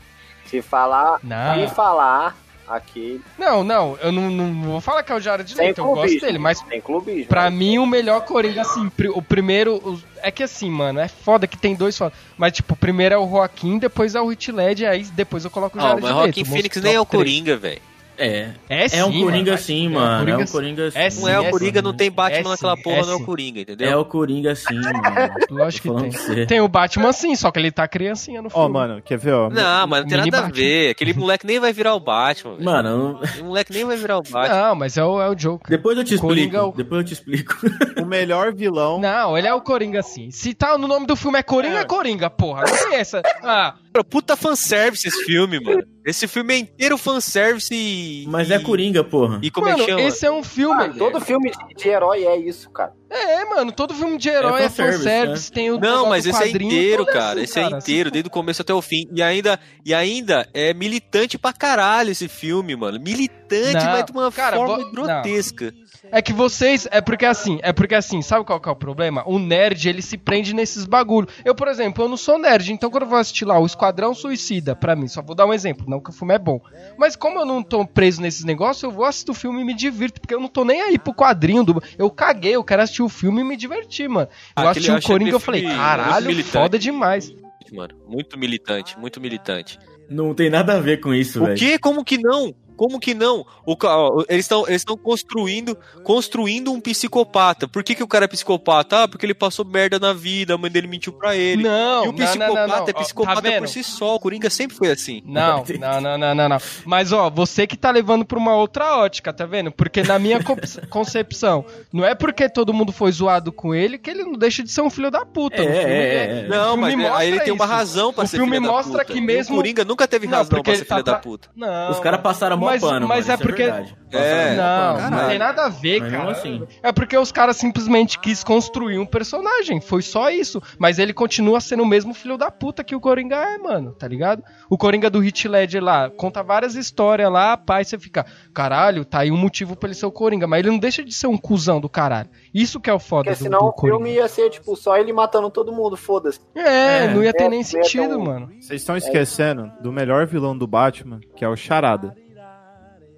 Speaker 3: Se falar,
Speaker 1: Não.
Speaker 3: se falar aqui,
Speaker 1: Não, não, eu não, não vou falar que é o Jared
Speaker 3: tem
Speaker 1: Leto, eu gosto
Speaker 3: clubismo.
Speaker 1: dele, mas
Speaker 3: Tem clubismo. né?
Speaker 1: Pra mim, o melhor Coringa, assim, pri- o primeiro. os- é que assim, mano, é foda que tem dois foda. Mas, tipo, o primeiro é o Joaquim, depois é o Hit Led, aí depois eu coloco o
Speaker 4: Não,
Speaker 1: Jared
Speaker 4: Ah, mas
Speaker 1: Leto.
Speaker 4: Rockin'
Speaker 1: monstro
Speaker 4: Phoenix
Speaker 1: top
Speaker 4: nem é o
Speaker 1: três.
Speaker 4: Coringa, velho.
Speaker 5: É.
Speaker 1: É,
Speaker 5: É um
Speaker 1: sim,
Speaker 5: Coringa
Speaker 1: mano,
Speaker 5: sim,
Speaker 1: vai-
Speaker 5: mano.
Speaker 1: Coringa
Speaker 5: É um
Speaker 1: sim.
Speaker 5: Coringa sim.
Speaker 1: É
Speaker 4: Não é
Speaker 1: sim,
Speaker 4: o Coringa, não
Speaker 1: sim.
Speaker 4: tem Batman
Speaker 1: É sim,
Speaker 4: naquela porra,
Speaker 1: é
Speaker 4: não é
Speaker 1: sim.
Speaker 4: o Coringa, entendeu?
Speaker 5: É o Coringa sim, mano.
Speaker 1: Lógico
Speaker 5: Tô
Speaker 1: que
Speaker 5: falando
Speaker 1: tem.
Speaker 5: pra você.
Speaker 1: Tem o Batman sim, só que ele tá criancinha no
Speaker 6: Ó,
Speaker 1: filme.
Speaker 6: mano, quer ver, ó?
Speaker 4: Não, mas não tem
Speaker 1: Mini
Speaker 4: nada a
Speaker 1: Batman.
Speaker 4: ver. Aquele moleque nem vai virar o Batman. velho.
Speaker 5: Mano, eu não-
Speaker 4: Aquele moleque nem vai virar o Batman.
Speaker 1: Não, mas é o, é o Joker.
Speaker 5: depois eu te explico.
Speaker 1: Coringa é o-
Speaker 5: Depois eu te explico.
Speaker 6: O melhor vilão.
Speaker 1: Não, ele é o Coringa sim. Se tá no nome do filme é Coringa, é, Coringa, porra. Não tem essa. Ah,
Speaker 4: Mano, puta fanservice esse filme, mano. Esse filme é inteiro fanservice e.
Speaker 5: Mas é
Speaker 4: e-
Speaker 5: Coringa, porra.
Speaker 4: E como é que
Speaker 1: mano,
Speaker 4: chama?
Speaker 1: esse é um filme.
Speaker 4: Ah,
Speaker 3: Todo filme de, de herói é isso, cara.
Speaker 1: É, mano, todo filme de herói é,
Speaker 5: É
Speaker 1: fanservice,
Speaker 5: fanservice,
Speaker 1: tem o
Speaker 4: Não,
Speaker 1: negócio
Speaker 4: mas
Speaker 1: do
Speaker 4: esse é
Speaker 1: quadrinho,
Speaker 4: inteiro,
Speaker 1: tudo
Speaker 4: cara.
Speaker 1: assim,
Speaker 4: Esse é
Speaker 1: cara,
Speaker 4: inteiro, desde o começo até o fim. E ainda, e ainda é militante pra caralho esse filme, mano. Militante,
Speaker 1: Não,
Speaker 4: mas de uma
Speaker 1: cara,
Speaker 4: forma
Speaker 1: vo- não.
Speaker 4: grotesca.
Speaker 1: É que vocês. É porque assim, é porque assim, sabe qual que é o problema? O nerd, ele se prende nesses bagulho. Eu, por exemplo, eu não sou nerd, então quando eu vou assistir lá o Esquadrão Suicida, pra mim, só vou dar um exemplo, não que o filme é bom. Mas como eu não tô preso nesses negócios, eu vou assistir o filme e me divirto, porque eu não tô nem aí pro quadrinho do. Eu caguei, eu quero assistir o filme e me divertir, mano. Eu
Speaker 4: Aquele- é
Speaker 1: assisti o
Speaker 4: eu achei
Speaker 1: Coringa e eu
Speaker 4: aquele
Speaker 1: falei,
Speaker 4: filme muito
Speaker 1: caralho,
Speaker 4: militante.
Speaker 1: foda demais.
Speaker 4: Mano, muito militante, muito militante.
Speaker 5: Não tem nada a ver com isso,
Speaker 4: O
Speaker 5: velho.
Speaker 4: quê? Como que não? Como que não? O ca- ó, eles estão eles tão construindo construindo um psicopata. Por que, que o cara é psicopata? Ah, porque ele passou merda na vida, a mãe dele mentiu pra ele.
Speaker 1: Não,
Speaker 4: e o
Speaker 1: não,
Speaker 4: psicopata
Speaker 1: não, não, não.
Speaker 4: é
Speaker 1: Ó,
Speaker 4: psicopata
Speaker 1: tá vendo?
Speaker 4: por si só. O Coringa sempre foi assim.
Speaker 1: Não, não, não, não, não, não. Mas ó, você que tá levando pra uma outra ótica, tá vendo? Porque na minha con- concepção, não é porque todo mundo foi zoado com ele que ele não deixa de ser um filho da puta. O filme um
Speaker 5: é.
Speaker 4: Não,
Speaker 1: filme
Speaker 4: mas
Speaker 1: mostra
Speaker 4: aí ele tem uma
Speaker 1: isso.
Speaker 4: razão pra
Speaker 1: O
Speaker 4: ser
Speaker 1: filme
Speaker 4: filho da
Speaker 1: mostra
Speaker 4: puta.
Speaker 1: que
Speaker 4: E
Speaker 1: mesmo-
Speaker 4: O Coringa nunca teve
Speaker 1: Não,
Speaker 4: razão
Speaker 1: porque
Speaker 4: pra
Speaker 1: ele
Speaker 4: ser
Speaker 1: tá
Speaker 4: filho da
Speaker 1: tra-
Speaker 4: puta.
Speaker 1: Não.
Speaker 5: Os caras passaram mó
Speaker 1: Mas-
Speaker 5: pano,
Speaker 1: mas
Speaker 5: mano,
Speaker 1: é
Speaker 5: isso
Speaker 1: porque-
Speaker 5: verdade.
Speaker 4: É.
Speaker 5: Passaram mó
Speaker 1: Não,
Speaker 5: pano.
Speaker 1: não
Speaker 4: caralho.
Speaker 1: tem nada a ver,
Speaker 5: Mas
Speaker 1: cara.
Speaker 5: mesmo assim.
Speaker 1: É porque os caras simplesmente quis construir um personagem, foi só isso. Mas ele continua sendo o mesmo filho da puta que o Coringa é, mano, tá ligado? O Coringa do Hit Ledger lá, conta várias histórias lá, pá, e você fica, caralho, tá aí um motivo pra ele ser o Coringa, mas ele não deixa de ser um cuzão do caralho. Isso que é o foda
Speaker 3: Porque
Speaker 1: do,
Speaker 3: senão
Speaker 1: do
Speaker 3: o filme
Speaker 1: Coringa.
Speaker 3: ia ser, tipo, só ele matando todo mundo, foda-se.
Speaker 1: É,
Speaker 5: É,
Speaker 1: não ia ter
Speaker 3: é,
Speaker 1: nem
Speaker 3: é
Speaker 1: sentido,
Speaker 3: tão-
Speaker 1: mano.
Speaker 6: Vocês estão esquecendo do melhor vilão do Batman, que é o Charada.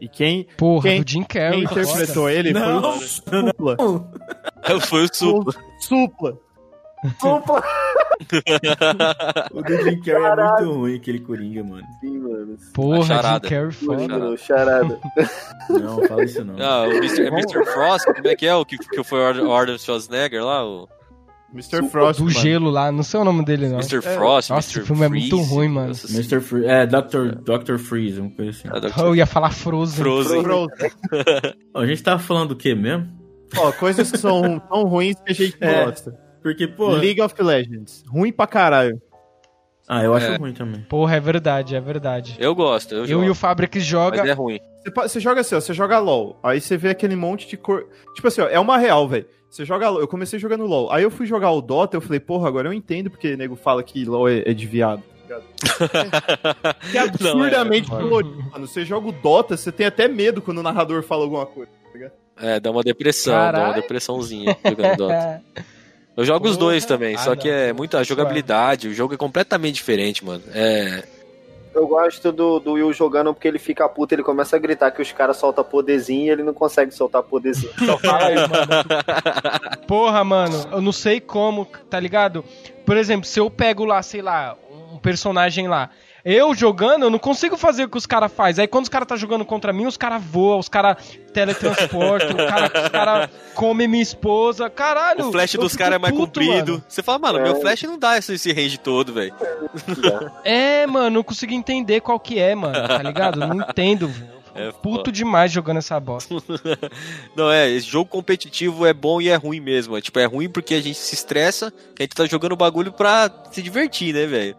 Speaker 6: E quem,
Speaker 1: Porra,
Speaker 6: Quem-
Speaker 1: do Jim
Speaker 6: quem
Speaker 1: Carrey. foda.
Speaker 6: interpretou ele
Speaker 5: Não,
Speaker 6: foi o Supla.
Speaker 4: Foi o Supla.
Speaker 6: Supla.
Speaker 3: Supla!
Speaker 5: O do Jim Carrey é muito ruim, aquele Coringa, mano.
Speaker 3: Sim, mano.
Speaker 1: Porra, Jim
Speaker 4: Charada.
Speaker 1: Carrey foda.
Speaker 3: Coringa, charada.
Speaker 5: Não, fala isso não.
Speaker 4: Ah, o Mr. é Mr. Frost, como é que é? O que, que foi o Ar- o Arnold Schwarzenegger lá? O
Speaker 6: Mr. Frost.
Speaker 1: Do
Speaker 6: mano.
Speaker 1: gelo lá, não sei o nome dele, não.
Speaker 4: Mr. Frost,
Speaker 1: Nossa,
Speaker 4: Mr.
Speaker 1: esse filme é muito
Speaker 4: Freeze,
Speaker 1: ruim, mano.
Speaker 4: essas-
Speaker 5: Mr. Freeze. É, Dr. Dr. Freeze, uma coisa assim.
Speaker 4: Ah, Dr.
Speaker 1: Eu ia falar Frozen.
Speaker 4: Frozen.
Speaker 6: Frozen.
Speaker 5: Ó, a gente tava falando do que mesmo?
Speaker 6: Ó, coisas que são tão ruins que a gente
Speaker 5: É.
Speaker 6: gosta.
Speaker 5: Porque, pô.
Speaker 6: League of Legends. Ruim pra caralho.
Speaker 5: Ah, eu acho
Speaker 4: É.
Speaker 5: ruim também.
Speaker 1: Porra, é verdade, é verdade.
Speaker 4: Eu gosto, eu,
Speaker 1: Eu
Speaker 4: jogo,
Speaker 1: e o Fabric
Speaker 4: mas
Speaker 1: joga.
Speaker 4: é ruim.
Speaker 6: Você, pa- você joga assim, ó, você joga LOL. Aí você vê aquele monte de cor. Tipo assim, ó, é uma real, velho. Você joga LOL. Eu comecei jogando LOL. Aí eu fui jogar o Dota, eu falei, porra, agora eu entendo porque nego fala que LOL é, é de viado. tá ligado? Que absurdamente
Speaker 1: Não, é,
Speaker 6: colorido, mano. Você joga o Dota, você tem até medo quando o narrador fala alguma coisa.
Speaker 4: É, dá uma depressão, dá uma
Speaker 1: Caralho.
Speaker 4: depressãozinha jogando Dota. Eu jogo os
Speaker 1: Porra.
Speaker 4: dois também,
Speaker 1: Ah,
Speaker 4: só que é
Speaker 1: não.
Speaker 4: muita jogabilidade, o jogo é completamente diferente, mano. É,
Speaker 3: Eu gosto do, do Will jogando porque ele fica puto, ele começa a gritar que os caras soltam poderzinho e ele não consegue soltar poderzinho. Só fala isso.
Speaker 1: Porra, mano, eu não sei como, tá ligado? Por exemplo, se eu pego lá, sei lá, um personagem lá. Eu jogando, eu não consigo fazer o que os caras fazem. Aí quando os caras tá jogando contra mim, os caras voam, os caras teletransportam, os caras cara comem minha esposa. Caralho!
Speaker 4: o flash
Speaker 1: eu
Speaker 4: dos
Speaker 1: fico
Speaker 4: caras é mais
Speaker 1: puto,
Speaker 4: comprido.
Speaker 1: mano.
Speaker 4: Você fala, mano,
Speaker 3: É.
Speaker 4: meu flash não dá esse, esse range todo, velho.
Speaker 1: É, mano, não consigo entender qual que é, mano, tá ligado? Eu Não entendo.
Speaker 4: É
Speaker 1: Puto demais jogando essa bosta.
Speaker 4: Não, é, esse jogo competitivo é bom e é ruim mesmo. É, Tipo, é ruim porque a gente se estressa, que a gente tá jogando o bagulho pra se divertir, né, velho?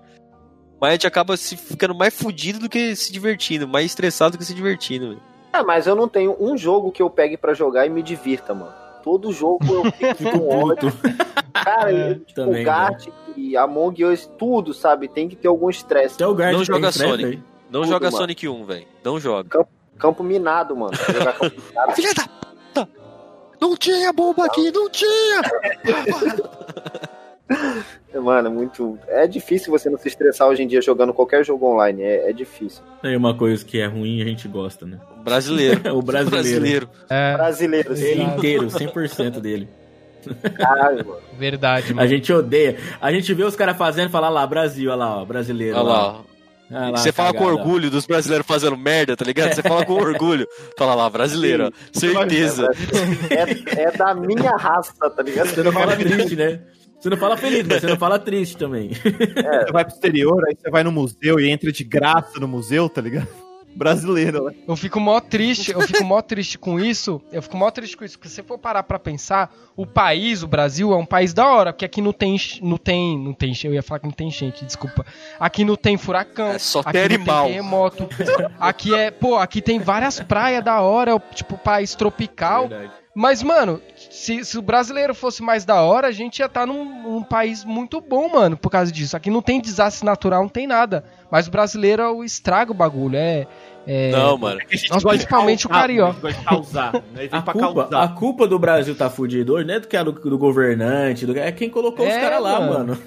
Speaker 4: Mas a gente acaba se ficando mais fudido do que se divertindo, mais estressado do que se divertindo, velho.
Speaker 3: Ah, mas eu não tenho um jogo que eu pegue pra jogar e me divirta, mano. Todo jogo eu fico com ódio. Cara,
Speaker 1: É,
Speaker 3: eu, tipo,
Speaker 5: também, né?
Speaker 3: Gartic, Among Us, tudo, sabe? Tem que ter algum estresse.
Speaker 5: Até o Guard
Speaker 4: Não
Speaker 5: tem
Speaker 4: joga
Speaker 5: estresse
Speaker 4: Sonic.
Speaker 5: aí.
Speaker 4: Não
Speaker 3: Tudo,
Speaker 4: joga
Speaker 3: mano.
Speaker 4: Sonic 1, velho. Não joga.
Speaker 3: Campo minado, mano. Jogar campo minado.
Speaker 4: Filha da puta! Não tinha bomba aqui, não tinha!
Speaker 3: Mano, é muito. É difícil você não se estressar hoje em dia jogando qualquer jogo online. É, é difícil.
Speaker 5: Tem uma coisa que é ruim e a gente gosta, né?
Speaker 4: Brasileiro.
Speaker 5: o brasileiro.
Speaker 1: É,
Speaker 3: Brasileiro,
Speaker 5: Ele
Speaker 3: sim.
Speaker 1: Exato.
Speaker 5: inteiro, 100% dele.
Speaker 3: Caralho, mano.
Speaker 1: verdade,
Speaker 5: A
Speaker 1: mano.
Speaker 5: gente odeia. A gente vê os caras fazendo e fala "Ah lá, Brasil, olha lá, ó, brasileiro.
Speaker 4: Olha lá, ó.
Speaker 5: Ah lá,
Speaker 4: Você fala com
Speaker 5: cagada, ó."
Speaker 4: orgulho dos brasileiros fazendo merda, tá ligado? Você fala com orgulho. Fala lá, brasileiro, ó. Certeza.
Speaker 3: É, é da minha raça, tá ligado?
Speaker 5: Você não fala triste, né? Você não fala feliz, mas você não fala triste também.
Speaker 6: Você vai pro exterior, aí você vai no museu e entra de graça no museu, tá ligado? Brasileiro, né?
Speaker 1: Eu fico mó triste, eu fico mó triste com isso. Eu fico mó triste com isso, porque se você for parar pra pensar, o país, o Brasil é um país da hora, porque aqui não tem enche- não tem, não tem, enche- eu ia falar que não tem gente, desculpa. Aqui não tem furacão,
Speaker 4: É só
Speaker 1: aqui
Speaker 4: ter
Speaker 1: não
Speaker 4: animal.
Speaker 1: tem terremoto. Aqui é, pô, aqui tem várias praias da hora, é, tipo país tropical.
Speaker 5: Verdade.
Speaker 1: Mas mano, se, se o brasileiro fosse mais da hora, a gente ia estar num, num país muito bom, mano, por causa disso. Aqui não tem desastre natural, não tem nada. Mas o brasileiro é o estraga o bagulho, é, é
Speaker 4: Não, mano.
Speaker 1: nós, principalmente o carioca.
Speaker 6: Ah, Vai causar. né? Ele
Speaker 5: A
Speaker 6: vem pra
Speaker 5: culpa,
Speaker 6: causar.
Speaker 5: a culpa do Brasil tá fudido hoje, não é do que é do, do governante, do- é quem colocou os
Speaker 1: É,
Speaker 5: caras lá,
Speaker 1: mano.
Speaker 5: mano.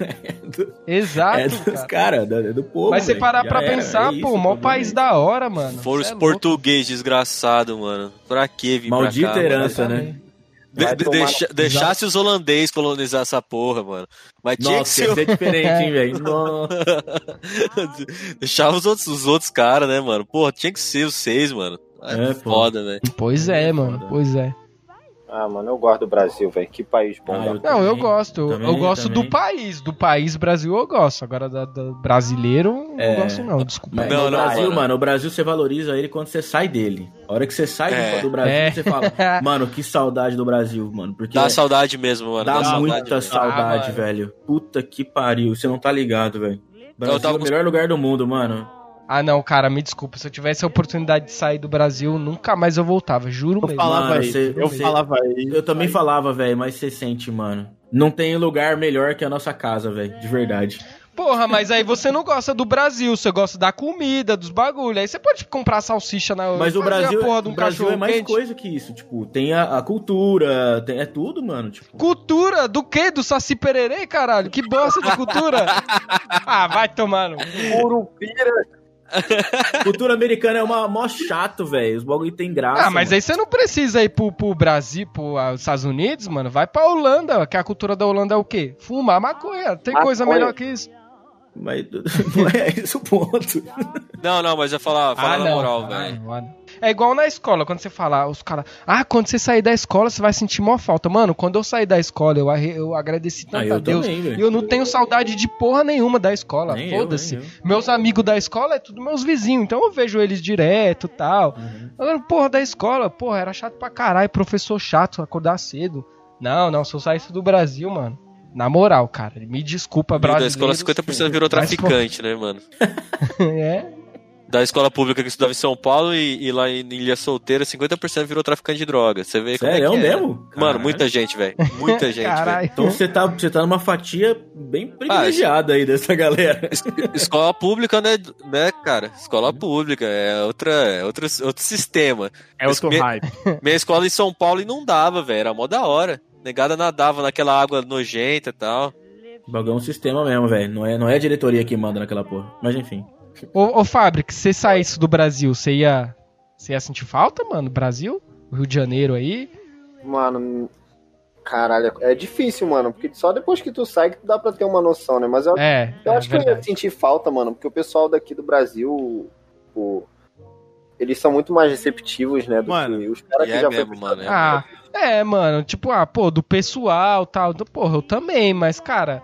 Speaker 1: Exato.
Speaker 5: é dos
Speaker 1: cara.
Speaker 5: caras, do, é do povo.
Speaker 1: Mas você
Speaker 5: velho.
Speaker 1: parar
Speaker 5: Já
Speaker 1: pra
Speaker 5: era,
Speaker 1: pensar,
Speaker 5: é isso,
Speaker 1: pô, o maior
Speaker 5: problema
Speaker 1: país
Speaker 5: é
Speaker 1: da hora, mano.
Speaker 4: Foram os
Speaker 1: Cê é louco.
Speaker 4: portugueses, desgraçado, mano. Pra que vir
Speaker 5: Maldita
Speaker 4: pra cá? mano?
Speaker 5: herança, né?
Speaker 3: Vai
Speaker 4: De- de-
Speaker 3: tomar no-
Speaker 4: deixa- deixasse os holandês colonizar essa porra, mano. Mas tinha que
Speaker 5: Nossa,
Speaker 4: ser.
Speaker 5: ia ser diferente, hein, velho? Nossa.
Speaker 4: Deixava os outros, os outros caras, né, mano? Porra, tinha que ser os seis, mano. É,
Speaker 5: É, pô.
Speaker 4: foda, né?
Speaker 1: Pois é, mano.
Speaker 5: Foda.
Speaker 1: Pois é.
Speaker 3: Ah, mano, eu gosto do Brasil, velho. Que país bom.
Speaker 5: Ah,
Speaker 3: velho.
Speaker 5: eu
Speaker 1: Não, eu
Speaker 5: também-
Speaker 1: gosto. Eu- eu
Speaker 5: também-
Speaker 1: gosto do
Speaker 5: também.
Speaker 1: país. Do país Brasil eu gosto. Agora da, da- brasileiro eu
Speaker 5: É.
Speaker 1: não gosto, não. Desculpa.
Speaker 5: Mas
Speaker 4: Não,
Speaker 5: no
Speaker 4: não,
Speaker 5: Brasil,
Speaker 4: mano.
Speaker 5: mano. o Brasil você valoriza ele quando você sai dele. A hora que você sai
Speaker 4: É.
Speaker 5: do Brasil,
Speaker 1: É.
Speaker 5: você fala, mano, que saudade do Brasil, mano. Porque
Speaker 4: Dá saudade mesmo, mano.
Speaker 5: dá
Speaker 4: saudade
Speaker 5: muita
Speaker 4: mesmo.
Speaker 5: saudade,
Speaker 1: Ah, mano.
Speaker 5: velho. Puta que pariu, você não tá ligado, velho. Brasil
Speaker 4: tava
Speaker 5: é o melhor lugar do mundo, mano.
Speaker 1: Ah, não, cara, me desculpa. Se eu tivesse a oportunidade de sair do Brasil, nunca mais eu voltava. Juro
Speaker 6: Eu
Speaker 1: mesmo.
Speaker 6: falava
Speaker 5: Mano,
Speaker 6: aí.
Speaker 5: você-
Speaker 6: eu
Speaker 5: você-
Speaker 6: falava aí.
Speaker 5: Eu também falava, velho, mas você sente, mano. Não tem lugar melhor que a nossa casa, velho, de verdade.
Speaker 1: Porra, mas aí você não gosta do Brasil, você gosta da comida, dos bagulho. Aí você pode comprar salsicha na
Speaker 5: Mas o
Speaker 1: fazer a
Speaker 5: Brasil,
Speaker 1: porra de um
Speaker 5: o Brasil é mais
Speaker 1: cachorro-quente.
Speaker 5: coisa que isso, tipo, tem a, a cultura, tem, é tudo, mano, tipo.
Speaker 1: Cultura do quê? Do Saci Pererê, caralho? Que bosta de cultura! ah, vai tomar no.
Speaker 3: Curupira.
Speaker 5: Cultura americana é uma mó chato, velho. Os bagulho tem graça.
Speaker 1: Ah, mas
Speaker 5: mano.
Speaker 1: aí você não precisa ir pro, pro Brasil, pro ah, Estados Unidos, mano. Vai pra Holanda, que a cultura da Holanda é o quê? Fumar maconha. Tem coisa
Speaker 3: Maconha.
Speaker 1: melhor que isso.
Speaker 5: Mas não é esse o ponto.
Speaker 4: Não, não, mas eu falar, falar na Tá moral,
Speaker 1: Ah,
Speaker 4: velho.
Speaker 1: não, ah, não. É igual na escola, quando você fala, os caras, ah, quando você sair da escola, você vai sentir mó falta. Mano, quando eu saí da escola, eu, arre- eu agradeci tanto
Speaker 5: Ah, eu
Speaker 1: a Deus.
Speaker 5: também,
Speaker 1: E
Speaker 5: velho.
Speaker 1: eu não tenho saudade de porra nenhuma da escola.
Speaker 5: Nem eu,
Speaker 1: Foda-se.
Speaker 5: nem eu.
Speaker 1: Meus amigos da escola é tudo meus vizinhos, então eu vejo eles direto e tal. Agora, porra, da escola, porra, era chato pra caralho, professor chato, acordar cedo. Não, não, se eu saísse do Brasil, mano. Na moral, cara, me desculpa,
Speaker 4: Meu, Da
Speaker 1: brasileiro.
Speaker 4: escola 50% virou
Speaker 1: Mas,
Speaker 4: traficante, né, mano?
Speaker 1: é,
Speaker 4: Da escola pública que eu estudava em São Paulo e, e lá em Ilha Solteira, 50% virou traficante de droga. Você vê como é que
Speaker 5: Sério, um
Speaker 4: é.
Speaker 5: mesmo?
Speaker 4: Mano,
Speaker 5: Caralho.
Speaker 4: muita gente, velho. Muita gente, velho.
Speaker 1: caralho.
Speaker 5: Então você tá, você tá numa fatia
Speaker 4: Ah,
Speaker 5: bem privilegiada aí dessa galera.
Speaker 4: Es- Escola pública, né, né, cara? Escola pública é, outra, é outro, outro sistema.
Speaker 7: É outro
Speaker 4: Me-
Speaker 7: hype.
Speaker 4: Minha escola em São Paulo inundava, velho. Era mó da hora. Negada nadava naquela água nojenta e tal.
Speaker 5: O bagulho é um sistema mesmo, velho. Não é, não é a diretoria que manda naquela porra. Mas enfim.
Speaker 1: Ô, ô Fábio, que se você saísse do Brasil, você ia, você ia sentir falta, mano? Brasil? O Rio de Janeiro aí?
Speaker 3: Mano, caralho, é difícil, mano. Porque só depois que tu sai que tu dá pra ter uma noção, né? Mas eu,
Speaker 1: É,
Speaker 3: eu
Speaker 1: é
Speaker 3: acho que eu ia
Speaker 1: verdade.
Speaker 3: sentir falta, mano. Porque o pessoal daqui do Brasil, o- eles são muito mais receptivos, né? Do
Speaker 6: Mano,
Speaker 3: que os caras
Speaker 4: E
Speaker 3: que
Speaker 4: é
Speaker 3: já
Speaker 4: mesmo,
Speaker 3: foi...
Speaker 4: mano. é
Speaker 1: Ah, é, mano, tipo, ah, pô, do pessoal tal. do- Porra, eu também, mas, cara,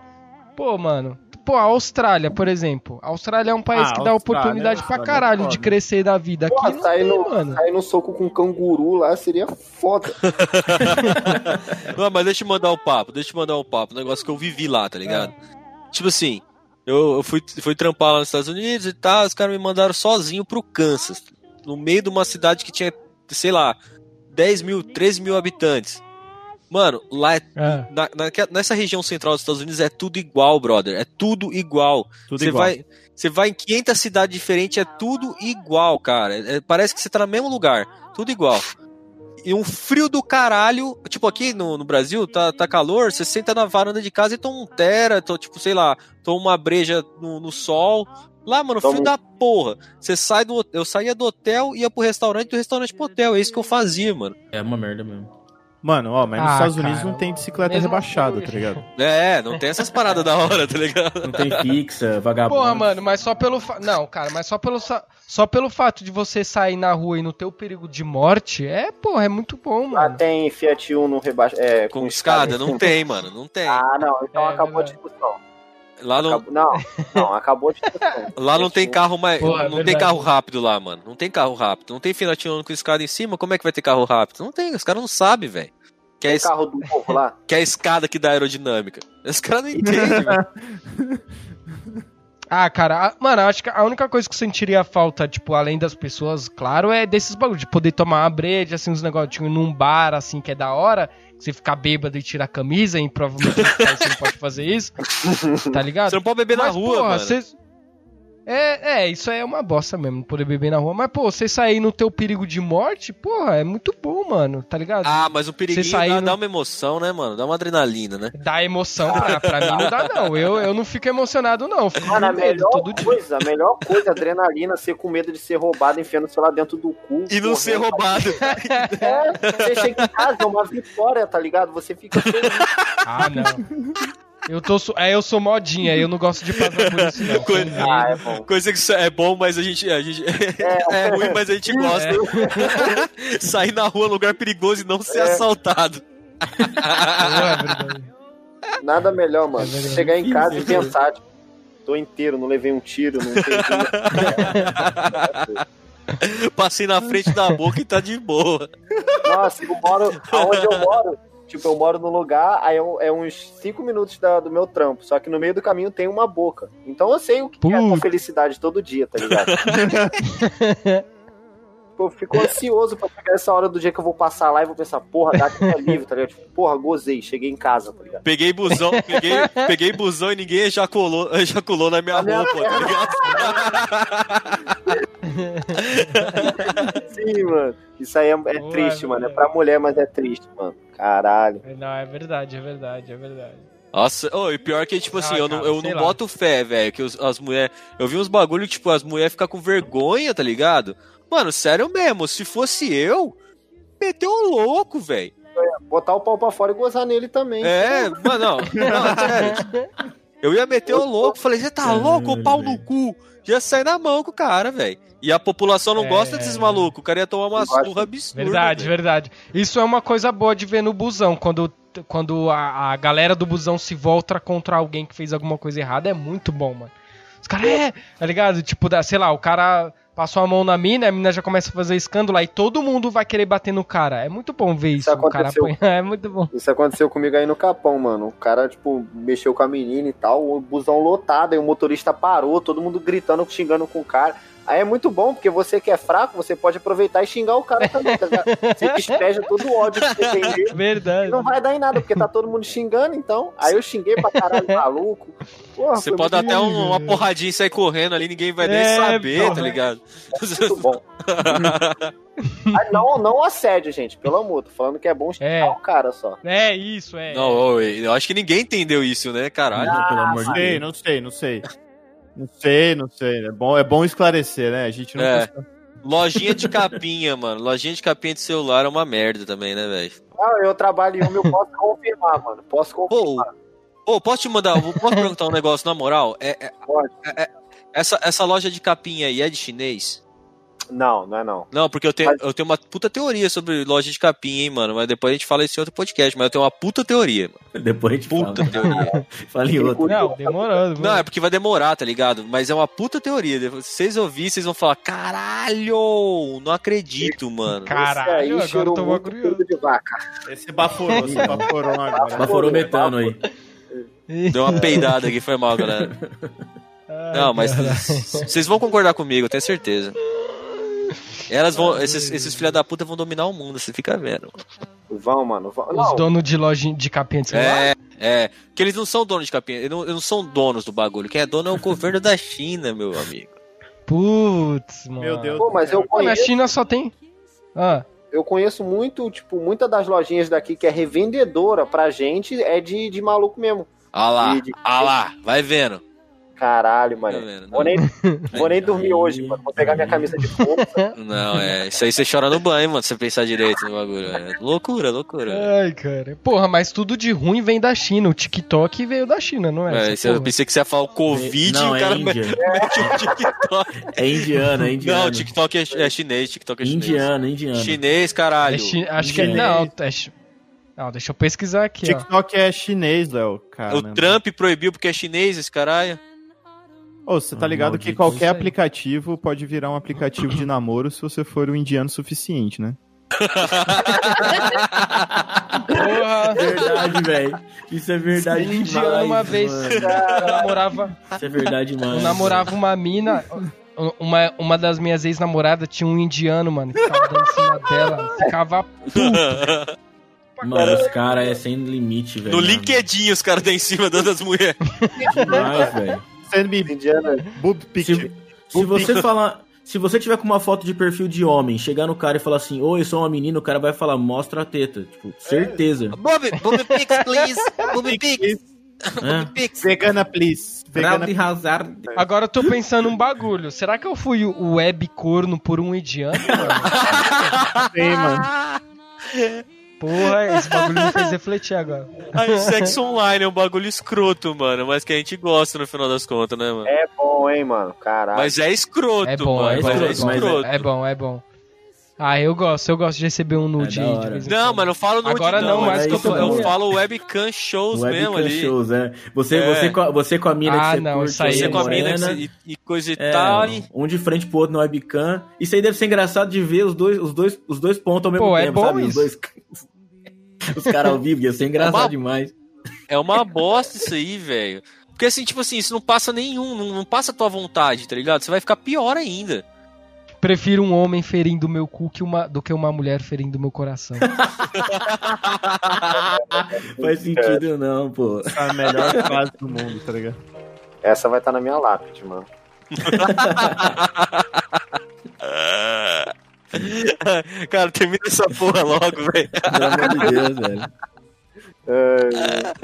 Speaker 1: pô, mano. Pô, a Austrália, por exemplo. A Austrália é um país
Speaker 6: Ah,
Speaker 1: que dá
Speaker 6: Austrália,
Speaker 1: oportunidade pra
Speaker 6: Austrália é
Speaker 1: caralho de
Speaker 6: foda.
Speaker 1: crescer da vida. Aqui
Speaker 3: Pô,
Speaker 1: não
Speaker 3: sair
Speaker 1: tem,
Speaker 3: no,
Speaker 1: mano.
Speaker 3: sair no soco com canguru lá seria foda.
Speaker 4: Não, mas deixa eu mandar o papo, deixa eu mandar o papo. Um negócio que eu vivi lá, tá ligado? Tipo assim, eu, eu fui, fui trampar lá nos Estados Unidos e tal, os caras me mandaram sozinho pro Kansas. No meio de uma cidade que tinha, sei lá, 10 mil, 13 mil habitantes. Mano, lá é,
Speaker 1: Ah,
Speaker 4: na- naque- nessa região central dos Estados Unidos é tudo igual, brother. É tudo igual.
Speaker 6: Tudo
Speaker 4: Você
Speaker 6: igual.
Speaker 4: vai, você vai em 500 cidades diferentes, é tudo igual, cara. É- parece que você tá no mesmo lugar, tudo igual. E um frio do caralho, tipo aqui no, no Brasil, tá, tá calor, você senta na varanda de casa e toma um tera, to- tipo, sei lá, toma uma breja no, no sol. Lá, mano,
Speaker 3: Toma
Speaker 4: frio
Speaker 3: um-
Speaker 4: da porra. Você sai do, eu saía do hotel, ia pro restaurante, do restaurante pro hotel. É isso que eu fazia, mano.
Speaker 5: É uma merda mesmo.
Speaker 6: Mano, ó, mas nos
Speaker 1: Ah,
Speaker 6: Estados
Speaker 1: cara,
Speaker 6: Unidos não tem bicicleta
Speaker 1: mesma
Speaker 6: rebaixada,
Speaker 1: coisa.
Speaker 6: tá ligado?
Speaker 4: É, não tem essas paradas da hora, tá ligado?
Speaker 5: Não tem fixa, vagabundo.
Speaker 1: Porra, mano, mas só pelo fa... Não, cara, mas só pelo, sa- só pelo fato de você sair na rua e não ter o perigo de morte, é, porra, é muito bom,
Speaker 3: Lá
Speaker 1: mano.
Speaker 3: Ah, tem Fiat Uno rebaixa, é,
Speaker 4: Com escada? Não tem, mano, não tem.
Speaker 3: Ah, não, então
Speaker 1: É,
Speaker 3: acabou a
Speaker 1: verdade.
Speaker 3: discussão.
Speaker 4: Lá não,
Speaker 3: Acabou- Não, não, acabou a discussão.
Speaker 4: Lá não tem
Speaker 3: Fiat Uno.
Speaker 4: carro mais.
Speaker 1: Porra, é
Speaker 4: não tem
Speaker 1: verdade.
Speaker 4: carro rápido lá, mano. Não tem carro rápido. Não tem Fiat Uno com escada em cima. Como é que vai ter carro rápido? Não tem. Os caras não sabem, velho. Que, é a
Speaker 3: Tem
Speaker 4: es-
Speaker 3: carro do povo lá.
Speaker 4: que é a escada que dá aerodinâmica. Os caras não entendem, velho.
Speaker 1: Ah, cara, a- mano, acho que a única coisa que eu sentiria falta, tipo, além das pessoas, claro, é desses bagulhos, de poder tomar uma breja, assim, uns negocinhos num bar, assim, que é da hora, que você ficar bêbado e tirar a camisa, e provavelmente você não pode fazer isso, tá ligado?
Speaker 4: Você não pode beber na
Speaker 1: Mas,
Speaker 4: rua,
Speaker 1: porra,
Speaker 4: mano.
Speaker 1: cês- É, é, isso aí é uma bosta mesmo, não poder beber na rua. Mas, pô, você sair no teu perigo de morte, porra, é muito bom, mano, tá ligado?
Speaker 4: Ah, mas o periguinho
Speaker 1: Você sair
Speaker 4: dá,
Speaker 1: no-
Speaker 4: dá uma emoção, né, mano? Dá uma adrenalina, né?
Speaker 1: Dá emoção pra, pra mim, não dá não. Eu, eu não fico emocionado, não. Eu Fico
Speaker 3: Mano, a
Speaker 1: com medo
Speaker 3: melhor
Speaker 1: todo dia.
Speaker 3: coisa, a melhor coisa, adrenalina, ser com medo de ser roubado, enfiando o celular dentro do cu.
Speaker 4: E não
Speaker 3: correndo.
Speaker 4: ser roubado.
Speaker 3: É, você chega em casa, é uma vitória, tá ligado? Você fica feliz.
Speaker 1: Ah, não. Eu tô. su- É, eu sou modinha, eu não gosto de passar por isso, não.
Speaker 4: Coisa-
Speaker 3: Ah, é bom.
Speaker 4: Coisa que isso é bom, mas a gente. A gente é ruim, mas a gente gosta.
Speaker 1: É.
Speaker 4: Sair na rua, é um lugar perigoso e não ser
Speaker 3: É.
Speaker 4: assaltado.
Speaker 1: Não é verdade.
Speaker 3: Nada melhor, mano.
Speaker 1: É verdade.
Speaker 3: Chegar em casa e pensar, tipo, tô inteiro, não levei um tiro, não perdi.
Speaker 4: Passei na frente da boca e tá de boa.
Speaker 3: Nossa, eu moro aonde eu moro. Tipo, eu moro num lugar, aí é um- é uns 5 minutos da- do meu trampo. Só que no meio do caminho tem uma boca. Então eu sei o que é
Speaker 1: Putz.
Speaker 3: a felicidade todo dia, tá ligado? Tipo, eu fico ansioso pra chegar essa hora do dia que eu vou passar lá e vou pensar, porra, dá que livre, tá ligado? Tipo, porra, gozei, cheguei em casa, tá ligado?
Speaker 4: Peguei busão, peguei, peguei busão e ninguém ejaculou, ejaculou na minha
Speaker 3: Na minha-
Speaker 4: roupa, tá ligado?
Speaker 3: Sim, mano. Isso aí é, é
Speaker 1: Boa,
Speaker 3: triste, mano. É
Speaker 1: velho.
Speaker 3: pra mulher, mas é triste, mano. Caralho.
Speaker 1: É, Não, é verdade, é verdade, é verdade.
Speaker 4: Nossa, ô, e pior que, tipo assim,
Speaker 1: Ah,
Speaker 4: eu não,
Speaker 1: cara,
Speaker 4: eu
Speaker 1: sei
Speaker 4: não
Speaker 1: lá.
Speaker 4: boto fé, velho, que os- as mulheres... Eu vi uns bagulho, que, tipo, as mulheres ficam com vergonha, tá ligado? Mano, sério mesmo, se fosse eu, meteu o louco, velho.
Speaker 3: Botar o pau pra fora e gozar nele também.
Speaker 4: É, mano, não, não, sério. tipo, Eu ia meter o louco, falei, você tá
Speaker 5: Caralho,
Speaker 4: louco, ô pau no
Speaker 5: velho.
Speaker 4: cu? Já sai na mão com o cara, velho. E a população não
Speaker 1: É.
Speaker 4: gosta desses malucos, o cara ia tomar uma
Speaker 3: Eu acho-
Speaker 4: surra absurda.
Speaker 1: Verdade,
Speaker 4: velho.
Speaker 1: verdade. Isso é uma coisa boa de ver no busão. Quando, quando a, a galera do busão se volta contra alguém que fez alguma coisa errada, é muito bom, mano. Os caras, é, tá ligado? Tipo, dá- sei lá, o cara passou a mão na mina, a mina já começa a fazer escândalo, aí todo mundo vai querer bater no cara. É muito bom ver isso,
Speaker 3: Isso
Speaker 1: o cara
Speaker 3: aconteceu.
Speaker 1: apanhar. É muito bom.
Speaker 3: Isso aconteceu comigo aí no Capão, mano. O cara, tipo, mexeu com a menina e tal, o busão lotado, aí o motorista parou, todo mundo gritando, xingando com o cara. Aí é muito bom, porque você que é fraco, você pode aproveitar e xingar o cara também, tá ligado? Você despeja todo o ódio que você tem dele.
Speaker 1: É Verdade.
Speaker 3: E não vai dar em nada, porque tá todo mundo xingando, então. Aí eu xinguei pra caralho, maluco. Porra,
Speaker 4: Você
Speaker 3: foi
Speaker 4: pode dar
Speaker 3: muito-
Speaker 4: até um- uma porradinha e sair correndo ali, ninguém vai nem
Speaker 1: É,
Speaker 4: saber,
Speaker 1: porra.
Speaker 4: tá ligado?
Speaker 3: muito bom. Ah, não, não assédio, gente, pelo amor. Tô falando que é bom xingar
Speaker 1: É.
Speaker 3: o cara só.
Speaker 1: É isso, é.
Speaker 4: Não, ô, eu acho que ninguém entendeu isso, né, caralho?
Speaker 5: Não, pelo amor
Speaker 6: Não
Speaker 5: de
Speaker 6: sei,
Speaker 5: Deus.
Speaker 6: não sei, não sei. Não sei, não sei. É bom, é bom esclarecer, né? A gente não
Speaker 4: É.
Speaker 6: consegue-
Speaker 4: Lojinha de capinha, mano. Lojinha de capinha de celular é uma merda também, né, velho?
Speaker 3: Ah, eu trabalho em uma, eu posso confirmar, mano. Posso confirmar.
Speaker 4: Pô, pô, posso te mandar, vou- posso perguntar um negócio, na moral? É, é-
Speaker 3: Pode.
Speaker 4: é- é- essa, essa loja de capinha aí é de chinês?
Speaker 3: Não, não é não.
Speaker 4: Não, porque eu tenho,
Speaker 3: Mas-
Speaker 4: eu tenho uma puta teoria sobre loja de capinha, hein, mano. Mas depois a gente fala isso em outro podcast, mas eu tenho uma puta teoria. mano.
Speaker 5: Depois a gente
Speaker 4: Puta
Speaker 5: fala.
Speaker 4: teoria.
Speaker 5: Fala em outro.
Speaker 1: Não, demorando.
Speaker 4: Não, é porque vai demorar, tá ligado? Mas é uma puta teoria. Se vocês ouvirem, vocês vão falar, caralho, não acredito, mano.
Speaker 1: Caralho,
Speaker 3: Esse aí
Speaker 1: agora eu
Speaker 3: cheirou
Speaker 1: tô mó
Speaker 3: muito
Speaker 1: curioso.
Speaker 3: pelo de vaca.
Speaker 6: Esse baforou, esse baforou né? agora.
Speaker 5: Baforou metano aí.
Speaker 4: Deu uma peidada aqui, foi mal, galera.
Speaker 1: Ai,
Speaker 4: Não, mas
Speaker 1: cara.
Speaker 4: vocês vão concordar comigo, eu tenho certeza. Elas vão. Esses, esses filha da puta vão dominar o mundo, você fica vendo.
Speaker 3: Vão, mano, vão.
Speaker 1: Os
Speaker 3: Não,
Speaker 1: donos de loja de capinha de celular.
Speaker 4: É, é. Porque eles não são donos de capinha, eles não, eles não são donos do bagulho. Quem é dono é o governo da China, meu amigo.
Speaker 1: Putz, mano.
Speaker 6: Meu Deus.
Speaker 3: pô, mas eu
Speaker 1: Pô, na
Speaker 3: conheço,
Speaker 1: China só tem. Ah,
Speaker 3: eu conheço muito, tipo, muita das lojinhas daqui que é revendedora pra gente é de, de maluco mesmo.
Speaker 4: Ah lá,
Speaker 3: E de-
Speaker 4: ah lá, vai vendo.
Speaker 3: Caralho,
Speaker 4: Vai
Speaker 3: mano.
Speaker 4: vendo.
Speaker 3: Vou nem, vou nem dormir
Speaker 5: Aí.
Speaker 3: hoje, mano. Vou pegar minha camisa de força.
Speaker 4: Não, é. Isso aí você chora no banho, mano, se você pensar direito no bagulho. É loucura, loucura. velho.
Speaker 1: ai, cara. Porra, mas tudo de ruim vem da China. O TikTok veio da China, não é?
Speaker 4: É,
Speaker 1: Essa
Speaker 4: se eu
Speaker 1: porra.
Speaker 4: pensei que você ia falar o Covid
Speaker 5: não,
Speaker 4: e o
Speaker 5: é
Speaker 4: cara
Speaker 5: Índia.
Speaker 4: mete o TikTok.
Speaker 5: É indiano, é indiano.
Speaker 4: Não, TikTok é, é chinês, TikTok é chinês.
Speaker 5: Indiano, indiano.
Speaker 4: Chinês,
Speaker 1: É
Speaker 4: caralho.
Speaker 1: chi- Acho que é.
Speaker 5: Chinês.
Speaker 1: Não, é chi- não, deixa eu pesquisar aqui, ó.
Speaker 6: TikTok é chinês, Léo, cara.
Speaker 4: o Trump proibiu porque é chinês esse caralho?
Speaker 6: Ô, você tá
Speaker 5: Ah,
Speaker 6: ligado
Speaker 5: maldito.
Speaker 6: que qualquer
Speaker 1: Isso aí.
Speaker 6: aplicativo pode virar um aplicativo de namoro se você for um indiano suficiente, né?
Speaker 1: Porra.
Speaker 5: Verdade, velho. Isso é verdade
Speaker 1: Um
Speaker 5: demais,
Speaker 1: indiano uma vez
Speaker 5: mano.
Speaker 1: eu namorava,
Speaker 5: Isso é verdade demais.
Speaker 1: eu namorava uma mina, uma, uma das minhas ex-namoradas tinha um indiano, mano, que ficava dando em cima dela, ficava
Speaker 5: Mano, os caras é sem limite, velho.
Speaker 4: no LinkedIn os caras tá em cima das mulheres.
Speaker 5: Demais, velho.
Speaker 6: Send me
Speaker 3: Indiana.
Speaker 6: boob picture.
Speaker 5: Se, se você falar. Se você tiver com uma foto de perfil de homem, chegar no cara e falar assim, oi, eu sou uma menina, o cara vai falar, mostra a teta. Tipo,
Speaker 4: É.
Speaker 5: certeza.
Speaker 4: Booby, Booby Pix, please. Booby Pix,
Speaker 5: É.
Speaker 4: Pix.
Speaker 6: Vegana, please. Vegana,
Speaker 5: de Hazard.
Speaker 1: Agora eu tô pensando um bagulho. Será que eu fui o web corno por um indiano, mano?
Speaker 6: please, mano.
Speaker 1: Porra, esse bagulho me fez refletir agora.
Speaker 4: Aí, o sexo online é um bagulho escroto, mano. Mas que a gente gosta no final das contas, né, mano?
Speaker 3: É bom, hein, mano. Caralho.
Speaker 4: Mas é escroto,
Speaker 1: É bom, é
Speaker 4: mano. mas é
Speaker 1: escroto, mas
Speaker 4: escroto.
Speaker 1: é, é bom, é bom. Ah, eu gosto, eu gosto de receber um nude
Speaker 5: É da
Speaker 1: aí de
Speaker 5: hora.
Speaker 1: vez em
Speaker 4: Não,
Speaker 1: quando.
Speaker 4: mas eu falo no é
Speaker 1: Agora não,
Speaker 5: mas
Speaker 4: eu,
Speaker 5: isso
Speaker 4: falo-
Speaker 5: não.
Speaker 4: eu falo webcam shows mesmo
Speaker 5: Webcam
Speaker 4: ali.
Speaker 5: shows, é. Você,
Speaker 4: É.
Speaker 5: Você, com a, você com a mina
Speaker 1: Ah,
Speaker 5: que você
Speaker 1: não,
Speaker 5: curte,
Speaker 1: isso aí
Speaker 4: Você
Speaker 1: é
Speaker 4: com a mina que
Speaker 5: morena,
Speaker 4: você- e, e coisa e
Speaker 5: é,
Speaker 4: tal. e-
Speaker 5: um de frente pro outro no webcam. Isso aí deve ser engraçado de ver os dois, os dois, os dois pontos ao mesmo
Speaker 1: Pô, é
Speaker 5: tempo,
Speaker 1: bom
Speaker 5: sabe? Os
Speaker 1: isso.
Speaker 5: dois... Os caras ao vivo, ia ser engraçado
Speaker 4: É uma-
Speaker 5: demais.
Speaker 4: É uma bosta isso aí, velho. Porque assim, tipo assim, isso não passa nenhum, não, não passa a tua vontade, tá ligado? Você vai ficar pior ainda.
Speaker 1: Prefiro um homem ferindo meu cu que uma, do que uma mulher ferindo meu coração.
Speaker 5: Faz sentido não, pô.
Speaker 6: Tá A melhor frase do mundo, tá ligado?
Speaker 3: Essa vai estar na minha lápide, mano.
Speaker 4: Cara, termina essa porra logo, velho.
Speaker 5: Pelo amor de Deus, velho.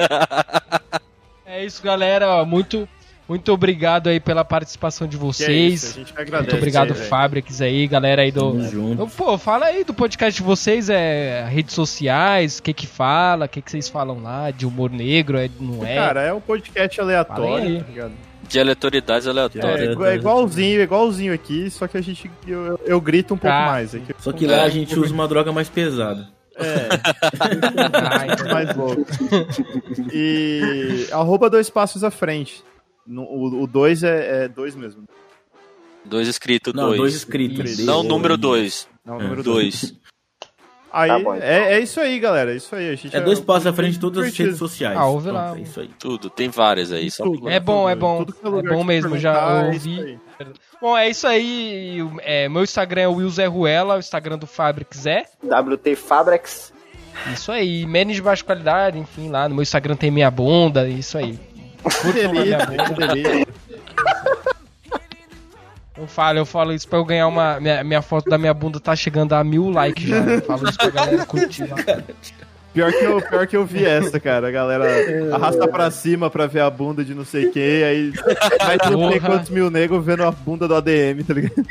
Speaker 1: é isso, galera. ó, Muito, muito obrigado aí pela participação de
Speaker 6: Que é isso,
Speaker 1: vocês.
Speaker 6: a gente agradece.
Speaker 1: muito obrigado,
Speaker 6: aí, velho.
Speaker 1: Fabrics aí, galera aí do.
Speaker 5: Tamo junto.
Speaker 1: Pô, fala aí do podcast de vocês, é redes sociais, o que que fala, o que que vocês falam lá, de humor negro, é, não é?
Speaker 6: Cara, é um podcast
Speaker 1: Fala aí.
Speaker 6: aleatório, tá ligado?
Speaker 4: De aleatoriedades aleatórias.
Speaker 6: É, igu- é igualzinho, é igualzinho aqui, só que a gente. Eu, eu- eu grito um pouco
Speaker 1: Ah,
Speaker 6: mais aqui.
Speaker 5: Só que lá a gente usa uma droga mais pesada.
Speaker 1: Ah, então-
Speaker 6: mais louco. E. Arroba dois passos à frente. No- o, o dois é, é dois mesmo.
Speaker 4: Dois escrito,
Speaker 5: Não, dois,
Speaker 4: dois.
Speaker 5: escritos.
Speaker 4: Não,
Speaker 5: Dois.
Speaker 4: número dois.
Speaker 6: Não, o
Speaker 5: É.
Speaker 6: número dois.
Speaker 4: Dois.
Speaker 6: Aí,
Speaker 3: Tá bom, então.
Speaker 6: é, é isso aí, galera. É isso aí. A gente
Speaker 5: É dois passos à frente de todas as
Speaker 6: divertido.
Speaker 5: redes sociais.
Speaker 1: Ah, ouve
Speaker 5: Pronto,
Speaker 1: lá.
Speaker 5: É isso aí.
Speaker 4: Tudo. Tem várias aí. Só...
Speaker 6: Tudo,
Speaker 1: É bom,
Speaker 6: tudo,
Speaker 1: é bom.
Speaker 6: tudo que
Speaker 1: É
Speaker 6: lugar
Speaker 1: bom
Speaker 6: que você
Speaker 1: mesmo, já
Speaker 6: perguntar, é
Speaker 1: ouvi.
Speaker 6: isso aí.
Speaker 1: Bom, é isso aí. É, meu Instagram é Will Zé Ruela, o Instagram do Fabrics é.
Speaker 3: WT Fabrex.
Speaker 1: Isso aí. Menos de baixa qualidade, enfim, lá no meu Instagram tem minha bunda, isso aí. Curtam lá minha bunda.
Speaker 6: Delícia, delícia.
Speaker 1: Eu falo, eu falo isso pra eu ganhar uma. Minha, minha foto da minha bunda tá chegando a mil likes já. Eu falo isso pra galera curtir lá.
Speaker 6: Pior que, eu, pior que eu vi essa, cara. A
Speaker 3: É.
Speaker 6: galera arrasta pra cima pra ver a bunda de não sei quem, aí vai ter um não sei
Speaker 1: Porra.
Speaker 6: quantos mil negros vendo a bunda do ADM, tá ligado?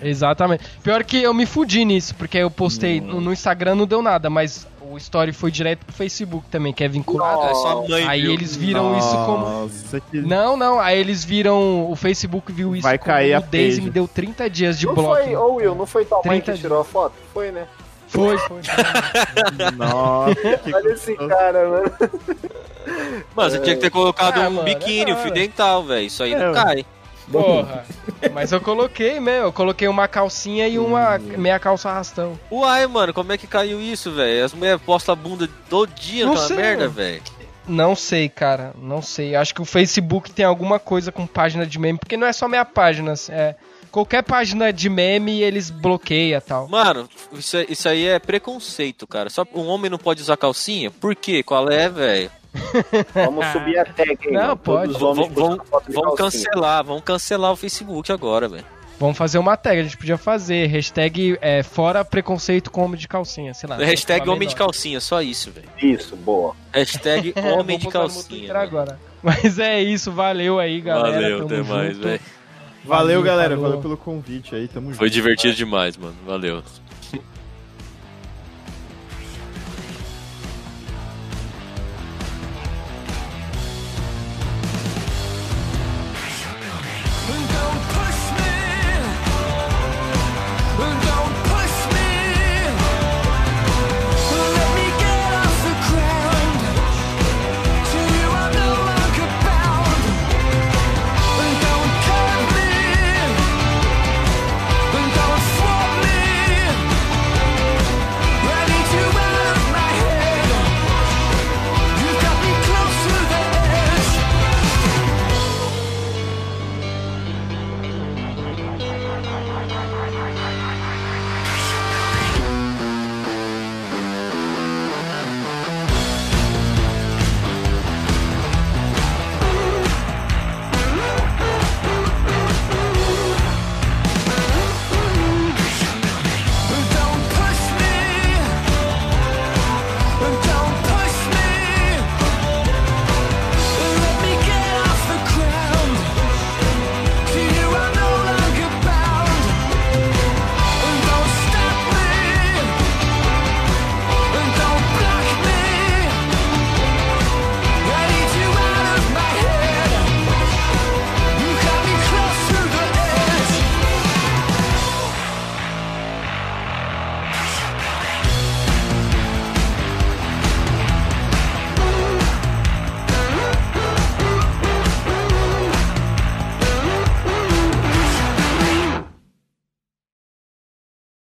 Speaker 1: Exatamente. Pior que eu me fudi nisso, porque eu postei
Speaker 6: Hum.
Speaker 1: no, no Instagram, não deu nada, mas o story foi direto pro Facebook também, que é vinculado.
Speaker 4: É só a mãe.
Speaker 1: Aí
Speaker 4: viu?
Speaker 1: eles viram isso como.
Speaker 6: Nossa, que...
Speaker 1: Não, não. Aí eles viram. O Facebook viu isso
Speaker 6: Vai
Speaker 1: como
Speaker 6: cair a
Speaker 1: nudez e
Speaker 6: page.
Speaker 1: me deu 30 dias de
Speaker 3: Não
Speaker 1: bloco.
Speaker 3: foi, ô Will, não foi tua mãe
Speaker 1: 30
Speaker 3: que tirou a foto? Foi, né?
Speaker 1: Foi, foi.
Speaker 6: Nossa, que
Speaker 3: Olha esse cara, né? mano.
Speaker 4: Mano, você tinha que ter colocado
Speaker 1: Ah,
Speaker 4: um
Speaker 1: mano,
Speaker 4: biquíni,
Speaker 1: é
Speaker 4: um fio
Speaker 1: hora.
Speaker 4: dental, velho. Isso aí não
Speaker 6: É,
Speaker 4: cai.
Speaker 1: Porra. Mas eu coloquei, meu. Eu coloquei uma calcinha e uma
Speaker 6: Hum.
Speaker 1: meia calça arrastão.
Speaker 4: Uai, mano, como é que caiu isso, velho? As mulheres postam a bunda todo dia
Speaker 1: Não
Speaker 4: naquela
Speaker 1: sei,
Speaker 4: merda,
Speaker 1: mano.
Speaker 4: velho.
Speaker 1: Não sei, cara. Não sei. Acho que o Facebook tem alguma coisa com página de meme. Porque não é só minha página. assim, É. Qualquer página de meme eles bloqueiam e tal.
Speaker 4: Mano, isso, é- isso aí é preconceito, cara. Só um homem não pode usar calcinha? Por quê? Qual é, velho?
Speaker 3: Vamos subir a tag aí.
Speaker 1: Não,
Speaker 3: mano.
Speaker 1: pode.
Speaker 3: Todos os
Speaker 4: Vamos
Speaker 3: homens postam foto de
Speaker 4: vamos
Speaker 3: calcinha.
Speaker 4: cancelar, vamos cancelar o Facebook agora, velho.
Speaker 1: Vamos fazer uma tag. A gente podia fazer. Hashtag é, fora preconceito com homem de calcinha. Sei lá.
Speaker 4: Hashtag
Speaker 1: Fala
Speaker 4: homem de
Speaker 1: melhor.
Speaker 4: calcinha, só isso, velho.
Speaker 3: Isso, boa.
Speaker 4: Hashtag
Speaker 1: É, vou
Speaker 4: homem
Speaker 1: botar no
Speaker 4: de
Speaker 1: meu
Speaker 4: calcinha.
Speaker 1: Twitter
Speaker 4: velho.
Speaker 1: agora. Mas é isso. Valeu aí, galera.
Speaker 4: Valeu,
Speaker 1: tamo
Speaker 4: até mais,
Speaker 1: junto.
Speaker 4: velho.
Speaker 6: Valeu, galera.
Speaker 1: Falou.
Speaker 6: Valeu pelo convite aí. Tamo junto.
Speaker 4: Foi divertido demais, mano. Valeu.